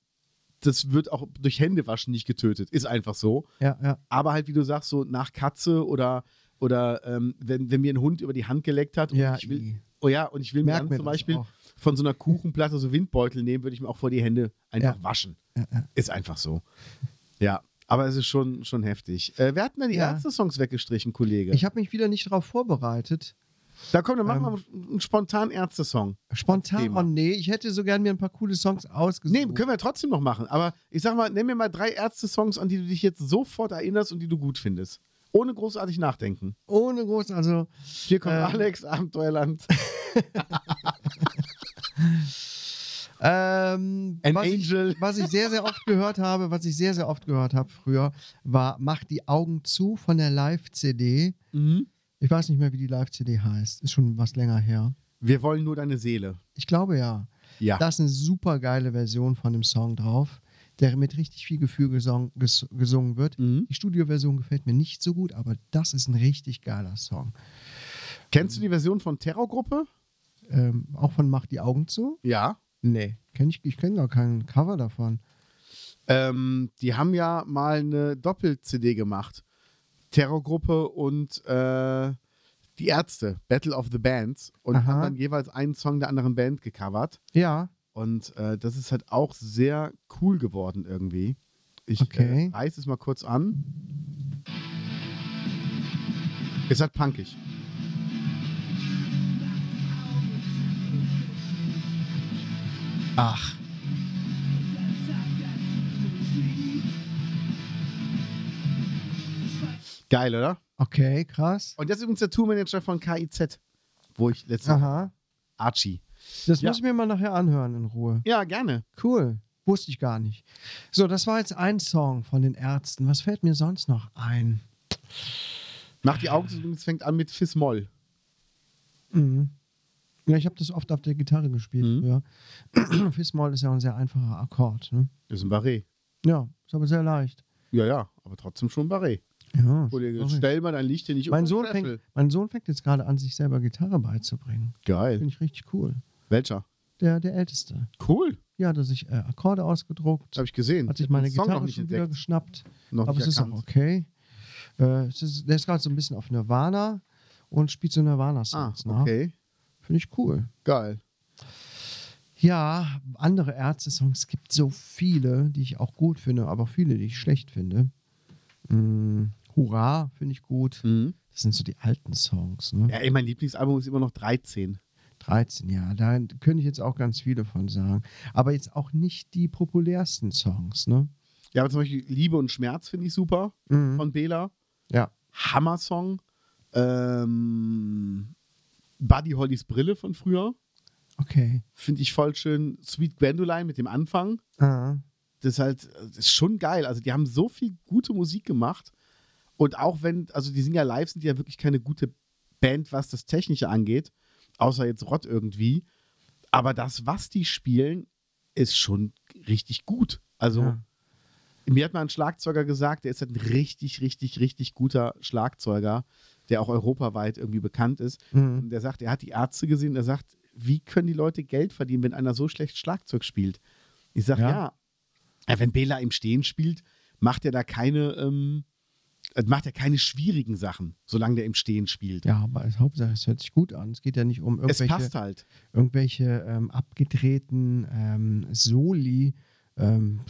Speaker 2: das wird auch durch Händewaschen nicht getötet. Ist einfach so.
Speaker 1: Ja, ja.
Speaker 2: Aber halt, wie du sagst, so nach Katze oder, oder ähm, wenn, wenn mir ein Hund über die Hand geleckt hat und
Speaker 1: Ja,
Speaker 2: ich will.
Speaker 1: i.
Speaker 2: Oh ja, und ich will mir
Speaker 1: Merk
Speaker 2: dann
Speaker 1: mir
Speaker 2: zum
Speaker 1: das
Speaker 2: Beispiel
Speaker 1: auch.
Speaker 2: von so einer Kuchenplatte so Windbeutel nehmen, würde ich mir auch vor die Hände einfach
Speaker 1: Ja.
Speaker 2: waschen.
Speaker 1: Ja, ja.
Speaker 2: Ist einfach so. Ja, aber es ist schon, schon heftig. Äh, wir hatten ja die
Speaker 1: Ja.
Speaker 2: Ärzte-Songs weggestrichen, Kollege.
Speaker 1: Ich Ähm. habe mich wieder nicht darauf vorbereitet.
Speaker 2: da komm, dann machen wir einen spontanen Ärzte-Song.
Speaker 1: Spontan,
Speaker 2: Thema.
Speaker 1: oh nee, ich hätte so gern mir ein paar coole Songs ausgesucht.
Speaker 2: Nee, können wir trotzdem noch machen. Aber ich sag mal, nenn mir mal drei Ärzte-Songs, an die du dich jetzt sofort erinnerst und die du gut findest. Ohne großartig nachdenken.
Speaker 1: Ohne groß, also
Speaker 2: Hier kommt
Speaker 1: Ähm.
Speaker 2: Alex, Abenteuerland.
Speaker 1: Ähm,
Speaker 2: An
Speaker 1: was, ich,
Speaker 2: Angel.
Speaker 1: was ich sehr, sehr oft gehört habe, was ich sehr, sehr oft gehört habe früher, war Mach die Augen zu von der Live-CD.
Speaker 2: Mhm.
Speaker 1: Ich weiß nicht mehr, wie die Live-CD heißt. Ist schon was länger her.
Speaker 2: Wir wollen nur deine Seele.
Speaker 1: Ich glaube ja.
Speaker 2: Ja.
Speaker 1: Da ist eine super geile Version von dem Song drauf, der mit richtig viel Gefühl gesong, ges, gesungen wird.
Speaker 2: Mhm.
Speaker 1: Die Studioversion gefällt mir nicht so gut, aber das ist ein richtig geiler Song.
Speaker 2: Kennst du die Version von Terrorgruppe?
Speaker 1: Ähm, auch von Mach die Augen zu?
Speaker 2: Ja.
Speaker 1: Nee. Kenn ich ich kenne gar keinen Cover davon.
Speaker 2: Ähm, die haben ja mal eine Doppel-CD gemacht. Terrorgruppe und äh, die Ärzte, Battle of the Bands. Und
Speaker 1: Aha.
Speaker 2: haben dann jeweils einen Song der anderen Band gecovert.
Speaker 1: Ja,
Speaker 2: Und äh, das ist halt auch sehr cool geworden irgendwie. Ich
Speaker 1: Okay.
Speaker 2: äh, reiß es mal kurz an. Ist halt punkig.
Speaker 1: Ach.
Speaker 2: Geil, oder?
Speaker 1: Okay, krass.
Speaker 2: Und das ist übrigens der Tourmanager von KIZ, wo ich letztens.
Speaker 1: Aha.
Speaker 2: Archie.
Speaker 1: Das
Speaker 2: Ja.
Speaker 1: muss ich mir mal nachher anhören in Ruhe.
Speaker 2: Ja, gerne.
Speaker 1: Cool. Wusste ich gar nicht. So, das war jetzt ein Song von den Ärzten. Was fällt mir sonst noch ein?
Speaker 2: Mach die Augen zu
Speaker 1: Ah.
Speaker 2: und es fängt an mit Fismoll.
Speaker 1: Mhm. Ja, ich habe das oft auf der Gitarre gespielt.
Speaker 2: Mhm.
Speaker 1: Mhm. Ja. Fis-Moll ist ja ein sehr einfacher Akkord. Ne?
Speaker 2: Das ist ein Barret.
Speaker 1: Ja, ist aber sehr leicht.
Speaker 2: Ja, ja, aber trotzdem schon ein Barret.
Speaker 1: Ja,
Speaker 2: Kollege,
Speaker 1: sorry.
Speaker 2: stell mal dein Licht hier nicht
Speaker 1: mein,
Speaker 2: um den
Speaker 1: Sohn
Speaker 2: Scheffel.
Speaker 1: fängt, mein Sohn fängt jetzt gerade an, sich selber Gitarre beizubringen.
Speaker 2: Geil.
Speaker 1: Finde ich richtig cool.
Speaker 2: Welcher?
Speaker 1: Der, der Älteste.
Speaker 2: Cool.
Speaker 1: Ja, hat er sich äh, Akkorde ausgedruckt,
Speaker 2: Das habe ich gesehen.
Speaker 1: hat sich
Speaker 2: Ich hab
Speaker 1: meine
Speaker 2: den Song noch
Speaker 1: Gitarre
Speaker 2: nicht
Speaker 1: schon wieder
Speaker 2: entdeckt.
Speaker 1: geschnappt.
Speaker 2: Noch
Speaker 1: Aber
Speaker 2: nicht
Speaker 1: es ist auch
Speaker 2: erkannt.
Speaker 1: okay. Äh, es ist, der ist gerade so ein bisschen auf Nirvana und spielt so
Speaker 2: Ah,
Speaker 1: Nirvana-Songs. nach.
Speaker 2: okay.
Speaker 1: Finde ich cool.
Speaker 2: Geil.
Speaker 1: Ja, andere Ärzte-Songs es gibt so viele, die ich auch gut finde, aber auch viele, die ich schlecht finde. Mm, Hurra finde ich gut.
Speaker 2: Mhm.
Speaker 1: Das sind so die alten Songs. Ne?
Speaker 2: Ja, ey, mein Lieblingsalbum ist immer noch 13.
Speaker 1: 13, ja, da könnte ich jetzt auch ganz viele von sagen. Aber jetzt auch nicht die populärsten Songs. Ne?
Speaker 2: Ja, aber zum Beispiel Liebe und Schmerz finde ich super
Speaker 1: Mhm.
Speaker 2: von Bela.
Speaker 1: Ja.
Speaker 2: Hammer-Song. Ähm, Buddy Hollys Brille von früher.
Speaker 1: Okay.
Speaker 2: Finde ich voll schön. Sweet Gwendoline mit dem Anfang.
Speaker 1: Ah.
Speaker 2: das ist halt das ist schon geil. Also die haben so viel gute Musik gemacht und auch wenn, also die sind ja live, sind die ja wirklich keine gute Band, was das Technische angeht, außer jetzt Rott irgendwie. Aber das, was die spielen, ist schon richtig gut. Also
Speaker 1: Ja.
Speaker 2: mir hat mal ein Schlagzeuger gesagt, der ist halt ein richtig, richtig, richtig guter Schlagzeuger, der auch europaweit irgendwie bekannt ist.
Speaker 1: Mhm.
Speaker 2: Und der sagt, er hat die Ärzte gesehen, der sagt, wie können die Leute Geld verdienen, wenn einer so schlecht Schlagzeug spielt? Ich sage,
Speaker 1: Ja.
Speaker 2: ja. ja, wenn Bela im Stehen spielt, macht er da keine, ähm, äh, macht er keine schwierigen Sachen, solange der im Stehen spielt.
Speaker 1: Ja, aber als Hauptsache, es hört sich gut an. Es geht ja nicht um
Speaker 2: es
Speaker 1: irgendwelche.
Speaker 2: passt halt.
Speaker 1: irgendwelche ähm, abgedrehten ähm, Soli, ähm,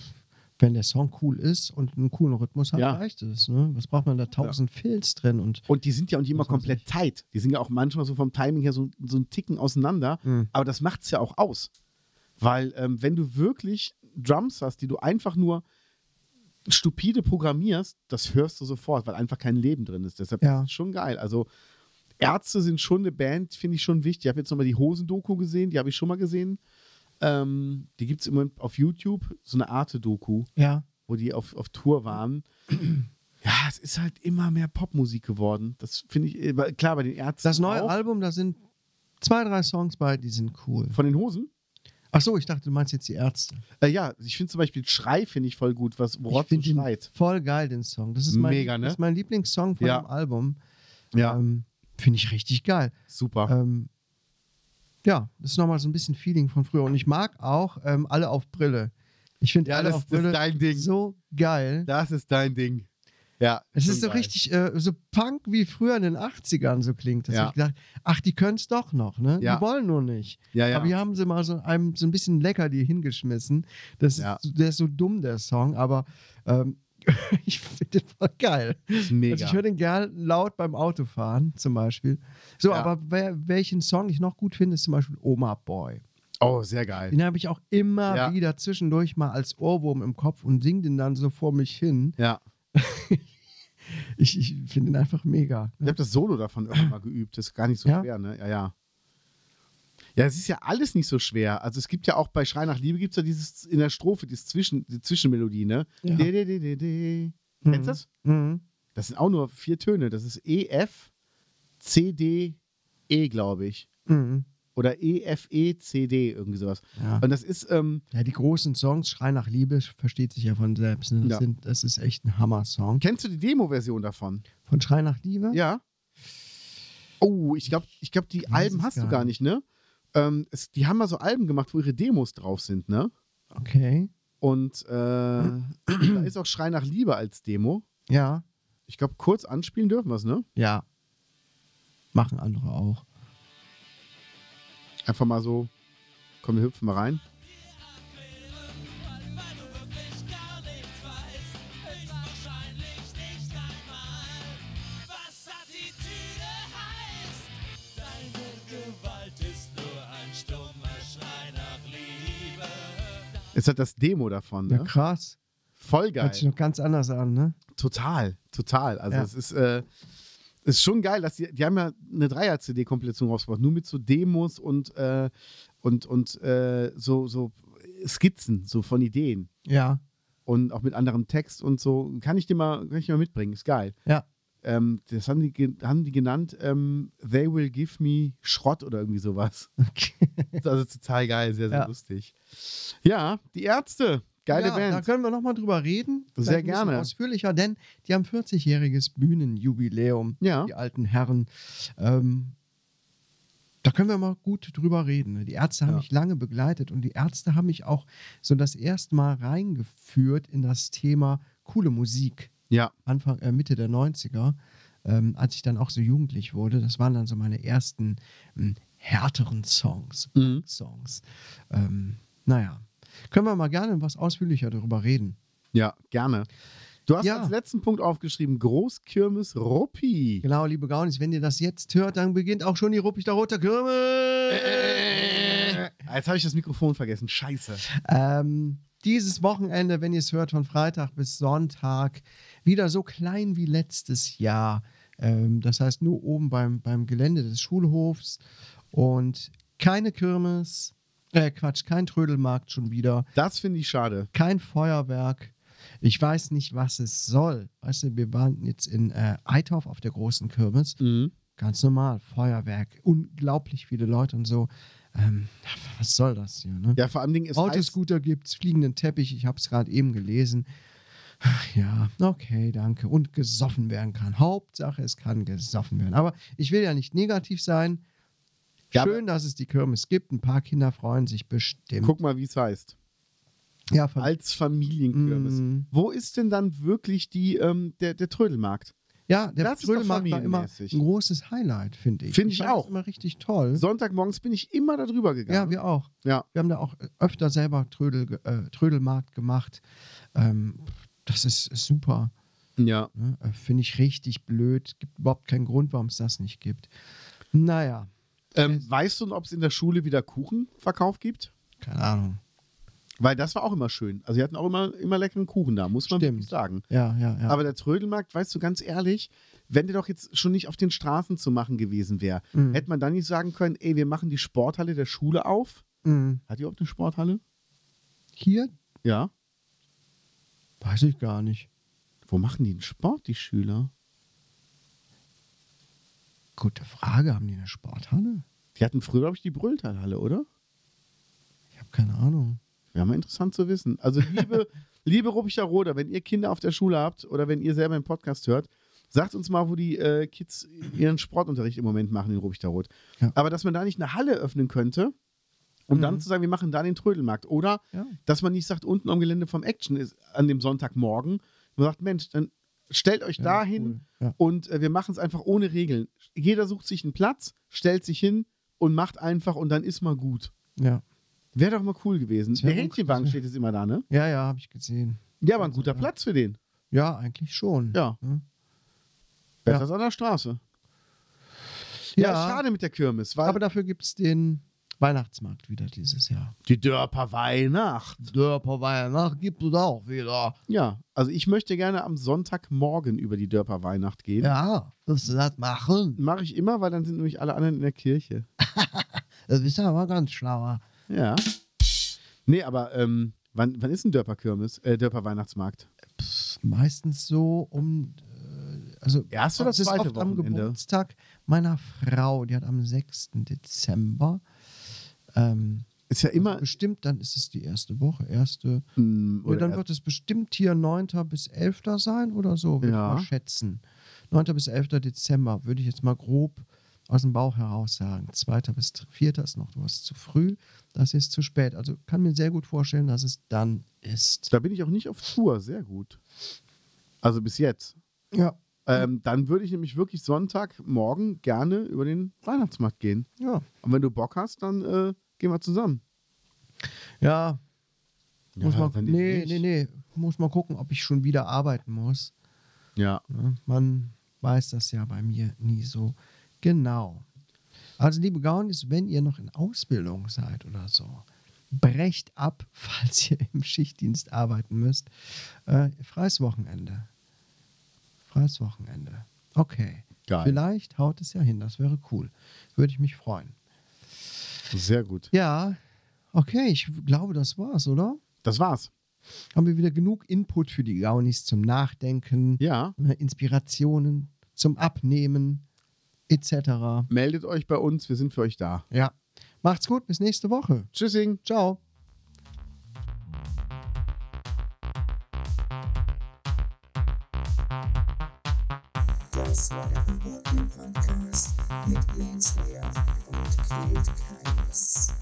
Speaker 1: wenn der Song cool ist und einen coolen Rhythmus hat,
Speaker 2: Ja.
Speaker 1: reicht es. Ne? Was braucht man da tausend Filz drin und
Speaker 2: Und die sind ja auch nicht immer
Speaker 1: Muss man
Speaker 2: komplett
Speaker 1: sich-
Speaker 2: tight. Die sind ja auch manchmal so vom Timing her so, so einen Ticken auseinander.
Speaker 1: Mhm.
Speaker 2: Aber das macht es ja auch aus. Weil ähm, wenn du wirklich Drums hast, die du einfach nur stupide programmierst, das hörst du sofort, weil einfach kein Leben drin ist. Deshalb
Speaker 1: Ja.
Speaker 2: ist es schon geil. Also Ärzte sind schon eine Band, finde ich schon wichtig. Ich habe jetzt nochmal die Hosendoku gesehen, die habe ich schon mal gesehen. Ähm, die gibt es immer auf YouTube, so eine Arte-Doku
Speaker 1: ja,
Speaker 2: wo die auf, auf Tour waren. Ja, es ist halt immer mehr Popmusik geworden. Das finde ich, äh, klar, bei den Ärzten.
Speaker 1: das neue
Speaker 2: auch.
Speaker 1: Album, da sind zwei, drei Songs bei, die sind cool.
Speaker 2: Von den Hosen?
Speaker 1: Ach so, ich dachte, du meinst jetzt die Ärzte.
Speaker 2: Äh, ja, ich finde zum Beispiel Schrei finde ich voll gut, was
Speaker 1: ich
Speaker 2: Rotz
Speaker 1: finde den
Speaker 2: schreit.
Speaker 1: voll geil, den Song. Das ist mein,
Speaker 2: Mega, ne?
Speaker 1: das ist mein Lieblingssong von
Speaker 2: Ja.
Speaker 1: dem Album.
Speaker 2: Ja,
Speaker 1: Ähm, finde ich richtig geil.
Speaker 2: super.
Speaker 1: Ähm, ja, das ist nochmal so ein bisschen Feeling von früher. Und ich mag auch ähm, alle auf Brille. Ich finde
Speaker 2: ja,
Speaker 1: äh, alle
Speaker 2: das,
Speaker 1: auf
Speaker 2: das ist
Speaker 1: Brille
Speaker 2: dein Ding.
Speaker 1: so geil.
Speaker 2: Das ist dein Ding. Ja.
Speaker 1: es
Speaker 2: schon
Speaker 1: ist so
Speaker 2: geil.
Speaker 1: richtig, äh, so Punk wie früher in den 80ern so klingt. Da
Speaker 2: Ja.
Speaker 1: habe ich gedacht, ach, die können es doch noch, ne?
Speaker 2: Ja.
Speaker 1: Die wollen nur nicht.
Speaker 2: Ja, ja.
Speaker 1: Aber hier haben sie mal so, einem, so ein bisschen lecker die hingeschmissen. Das ist,
Speaker 2: Ja.
Speaker 1: Der ist so dumm, der Song, aber ähm, ich finde den voll geil.
Speaker 2: Mega.
Speaker 1: Also ich höre den gern laut beim Autofahren zum Beispiel. So,
Speaker 2: Ja.
Speaker 1: aber wer, welchen Song ich noch gut finde, ist zum Beispiel Oma Boy.
Speaker 2: oh, sehr geil.
Speaker 1: Den habe ich auch immer
Speaker 2: Ja.
Speaker 1: wieder zwischendurch mal als Ohrwurm im Kopf und singe den dann so vor mich hin.
Speaker 2: Ja.
Speaker 1: Ich, ich finde ihn einfach mega.
Speaker 2: Ich habe das Solo davon irgendwann mal geübt. Das ist gar nicht so
Speaker 1: Ja?
Speaker 2: schwer, ne? Ja, ja. Ja, es ist ja alles nicht so schwer. Also es gibt ja auch bei Schrei nach Liebe gibt es ja dieses in der Strophe, dieses Zwischen, die Zwischenmelodie, ne?
Speaker 1: Ja.
Speaker 2: De, de, de, de, de. Kennst du das?
Speaker 1: Mhm.
Speaker 2: Das sind auch nur vier Töne. Das ist E, F, C, D, E, glaube ich.
Speaker 1: Mhm.
Speaker 2: Oder E, F, E, C, D, irgendwie sowas.
Speaker 1: Ja.
Speaker 2: Und das ist, ähm,
Speaker 1: ja, die großen Songs, Schrei nach Liebe, versteht sich ja von selbst. Ne? Das,
Speaker 2: Ja.
Speaker 1: sind, das ist echt ein Hammer-Song.
Speaker 2: kennst du die Demo-Version davon?
Speaker 1: Von Schrei nach Liebe?
Speaker 2: Ja. Oh, ich glaube, ich glaub, die
Speaker 1: weiß
Speaker 2: Alben
Speaker 1: es
Speaker 2: hast du
Speaker 1: gar
Speaker 2: gar nicht, ne? Ähm, es, die haben mal so Alben gemacht, wo ihre Demos drauf sind, ne?
Speaker 1: Okay.
Speaker 2: Und äh, da ist auch Schrei nach Liebe als Demo.
Speaker 1: Ja.
Speaker 2: Ich glaube, kurz anspielen dürfen wir es, ne?
Speaker 1: Ja. Machen andere auch.
Speaker 2: Einfach mal so, komm, wir hüpfen mal rein. Jetzt hat das Demo davon,
Speaker 1: Ja,
Speaker 2: ne?
Speaker 1: krass.
Speaker 2: Voll geil.
Speaker 1: Hört sich noch ganz anders an, ne?
Speaker 2: Total, total. Also
Speaker 1: Ja.
Speaker 2: es ist, äh, ist schon geil, dass die, die haben ja eine Dreier-CD-Kompilation rausgebracht, nur mit so Demos und, äh, und, und äh, so, so Skizzen, so von Ideen
Speaker 1: Ja.
Speaker 2: und auch mit anderem Text und so. Kann ich dir mal, kann ich dir mal mitbringen, ist geil.
Speaker 1: Ja.
Speaker 2: Ähm, das haben die, ge- haben die genannt, ähm, They Will Give Me Schrott oder irgendwie sowas.
Speaker 1: Okay.
Speaker 2: Das ist also total geil, sehr, sehr
Speaker 1: Ja.
Speaker 2: lustig. Ja, die Ärzte, geile
Speaker 1: ja, Da
Speaker 2: Band.
Speaker 1: können wir nochmal drüber reden.
Speaker 2: Sehr
Speaker 1: ein bisschen
Speaker 2: gerne.
Speaker 1: Ausführlicher, denn die haben 40-jähriges Bühnenjubiläum,
Speaker 2: Ja.
Speaker 1: die alten Herren. Ähm, da können wir mal gut drüber reden. ne? Die Ärzte haben
Speaker 2: Ja.
Speaker 1: mich lange begleitet und die Ärzte haben mich auch so das erste Mal reingeführt in das Thema coole Musik.
Speaker 2: Ja,
Speaker 1: Anfang, äh, Mitte der 90er, ähm, als ich dann auch so jugendlich wurde, das waren dann so meine ersten ähm, härteren Songs,
Speaker 2: Mhm.
Speaker 1: Songs. Ähm, naja, können wir mal gerne was ausführlicher darüber reden.
Speaker 2: ja, gerne. Du hast
Speaker 1: Ja.
Speaker 2: als letzten Punkt aufgeschrieben, Großkirmes Ruppi.
Speaker 1: Genau, liebe Gaunis, wenn ihr das jetzt hört, dann beginnt auch schon die Ruppig der Rote Kürme.
Speaker 2: Jetzt habe ich das Mikrofon vergessen. Scheiße.
Speaker 1: Ähm, dieses Wochenende, wenn ihr es hört, von Freitag bis Sonntag, wieder so klein wie letztes Jahr. Ähm, das heißt, nur oben beim, beim Gelände des Schulhofs und keine Kirmes, äh, Quatsch, kein Trödelmarkt schon wieder,
Speaker 2: Das finde ich schade.
Speaker 1: kein Feuerwerk. Ich weiß nicht, was es soll. Weißt du, wir waren jetzt in äh, Eitorf auf der großen Kirmes. Ganz normal, Feuerwerk, unglaublich viele Leute und so. Ähm, was soll das hier, ne?
Speaker 2: Ja, vor allem Dingen ist
Speaker 1: Autoscooter gibt's, fliegenden Teppich, ich habe es gerade eben gelesen. Ach Ja, okay, danke. Und gesoffen werden kann. Hauptsache, es kann gesoffen werden. Aber ich will ja nicht negativ sein.
Speaker 2: Ja,
Speaker 1: Schön, dass es die Kirmes gibt. Ein paar Kinder freuen sich bestimmt.
Speaker 2: Guck mal, wie es heißt.
Speaker 1: ja, ver-
Speaker 2: Als Familienkürbis.
Speaker 1: Mm.
Speaker 2: Wo ist denn dann wirklich die, ähm, der, der Trödelmarkt?
Speaker 1: ja der
Speaker 2: das ist doch
Speaker 1: Trödelmarkt war immer
Speaker 2: familienmäßig.
Speaker 1: ein großes Highlight, finde ich.
Speaker 2: Finde ich
Speaker 1: fand das
Speaker 2: auch.
Speaker 1: Immer richtig toll.
Speaker 2: Sonntagmorgens bin ich immer darüber
Speaker 1: ja,
Speaker 2: gegangen.
Speaker 1: wir auch.
Speaker 2: Ja.
Speaker 1: Wir haben da auch äh, öfter selber Trödel, ge- äh, Trödelmarkt gemacht. Ähm, das ist ist super.
Speaker 2: ja.
Speaker 1: Ne? Äh, Finde ich richtig blöd. Gibt überhaupt keinen Grund, warum es das nicht gibt. Naja,
Speaker 2: Ähm, weißt du, ob es in der Schule wieder Kuchenverkauf gibt?
Speaker 1: keine Ahnung.
Speaker 2: Weil das war auch immer schön. Also, wir hatten auch immer, immer leckeren Kuchen da, muss man
Speaker 1: Stimmt.
Speaker 2: wirklich sagen.
Speaker 1: Ja, ja, ja.
Speaker 2: Aber der Trödelmarkt, weißt du, ganz ehrlich, wenn der doch jetzt schon nicht auf den Straßen zu machen gewesen wäre,
Speaker 1: Mhm.
Speaker 2: hätte man dann nicht sagen können, ey, wir machen die Sporthalle der Schule auf.
Speaker 1: Mhm.
Speaker 2: Hat die überhaupt eine Sporthalle?
Speaker 1: Hier
Speaker 2: Ja.
Speaker 1: weiß ich gar nicht.
Speaker 2: Wo machen die den Sport, die Schüler?
Speaker 1: Gute Frage. Haben die eine Sporthalle?
Speaker 2: Die hatten früher, glaube ich, die Brülltalhalle, oder?
Speaker 1: Ich habe keine Ahnung.
Speaker 2: Wäre mal interessant zu wissen. Also, liebe, liebe Ruppicher Roder, wenn ihr Kinder auf der Schule habt oder wenn ihr selber einen Podcast hört, sagt uns mal, wo die äh, Kids ihren Sportunterricht im Moment machen in Ruppichter Rot.
Speaker 1: Ja.
Speaker 2: Aber dass man da nicht eine Halle öffnen könnte, um
Speaker 1: Mhm.
Speaker 2: dann zu sagen, wir machen da den Trödelmarkt. Oder
Speaker 1: Ja.
Speaker 2: dass man nicht sagt, unten am Gelände vom Action ist an dem Sonntagmorgen. Man sagt, Mensch, dann stellt euch dahin
Speaker 1: cool. Ja.
Speaker 2: und äh, wir machen es einfach ohne Regeln. Jeder sucht sich einen Platz, stellt sich hin und macht einfach und dann ist mal gut.
Speaker 1: Ja,
Speaker 2: Wäre doch mal cool gewesen.
Speaker 1: Das wär
Speaker 2: Der
Speaker 1: gut.
Speaker 2: Hähnchenwagen steht jetzt immer da, ne?
Speaker 1: ja, ja habe ich gesehen.
Speaker 2: Ja, aber ein guter Platz für den.
Speaker 1: Ja, eigentlich schon.
Speaker 2: Ja.
Speaker 1: Mhm.
Speaker 2: Besser als an der Straße. Ja,
Speaker 1: Ja,
Speaker 2: schade mit der Kirmes, weil
Speaker 1: aber dafür gibt es den Weihnachtsmarkt wieder dieses Jahr.
Speaker 2: die Dörper Weihnacht.
Speaker 1: Dörper Weihnacht gibt es auch wieder.
Speaker 2: Ja, also ich möchte gerne am Sonntagmorgen über die Dörper Weihnacht gehen.
Speaker 1: Ja, wirst du das machen?
Speaker 2: Mache ich immer, weil dann sind nämlich alle anderen in der Kirche.
Speaker 1: Du bist aber ganz schlauer.
Speaker 2: Ja. Nee, aber ähm, wann, wann ist ein Dörper Kirmes? Äh, Dörper Weihnachtsmarkt?
Speaker 1: Pff, meistens so um. äh, Also,
Speaker 2: Erste oder
Speaker 1: es ist
Speaker 2: zweite
Speaker 1: oft am
Speaker 2: Wochenende?
Speaker 1: Geburtstag meiner Frau. Die hat am 6. Dezember. Ähm,
Speaker 2: Ist ja immer.
Speaker 1: also bestimmt, dann ist es die erste Woche. Erste.
Speaker 2: ähm,
Speaker 1: Ja,
Speaker 2: oder
Speaker 1: dann
Speaker 2: er-
Speaker 1: wird es bestimmt hier 9. bis 11. sein oder so, würde
Speaker 2: Ja.
Speaker 1: ich mal schätzen. 9. bis 11. Dezember würde ich jetzt mal grob aus dem Bauch heraus sagen. 2. bis 4. ist noch was zu früh, das ist zu spät. Also kann mir sehr gut vorstellen, dass es dann ist.
Speaker 2: da bin ich auch nicht auf Tour. Sehr gut. Also bis jetzt.
Speaker 1: Ja,
Speaker 2: Ähm, dann würde ich nämlich wirklich Sonntagmorgen gerne über den Weihnachtsmarkt gehen.
Speaker 1: ja,
Speaker 2: Und wenn du Bock hast, dann äh, gehen wir zusammen.
Speaker 1: ja. Muss
Speaker 2: Ja,
Speaker 1: mal,
Speaker 2: dann eben
Speaker 1: nee,
Speaker 2: nicht.
Speaker 1: nee, nee. Muss mal gucken, ob ich schon wieder arbeiten muss.
Speaker 2: Ja.
Speaker 1: Ne? Man weiß das ja bei mir nie so genau. Also, liebe Gaunis, wenn ihr noch in Ausbildung seid oder so, brecht ab, falls ihr im Schichtdienst arbeiten müsst. Äh, freies Wochenende. Freies Wochenende. Okay.
Speaker 2: Geil.
Speaker 1: Vielleicht haut es ja hin, das wäre cool. Würde ich mich freuen.
Speaker 2: Sehr gut.
Speaker 1: Ja, okay, ich glaube, das war's, oder?
Speaker 2: Das war's.
Speaker 1: Haben wir wieder genug Input für die Gaunis zum Nachdenken?
Speaker 2: Ja.
Speaker 1: ne, Inspirationen zum Abnehmen etc.
Speaker 2: Meldet euch bei uns. Wir sind für euch da.
Speaker 1: Ja. Macht's gut, bis nächste Woche.
Speaker 2: Tschüssing.
Speaker 1: Ciao.
Speaker 8: Das war der Humor im Podcast mit Jens Lehr und Knut Keines.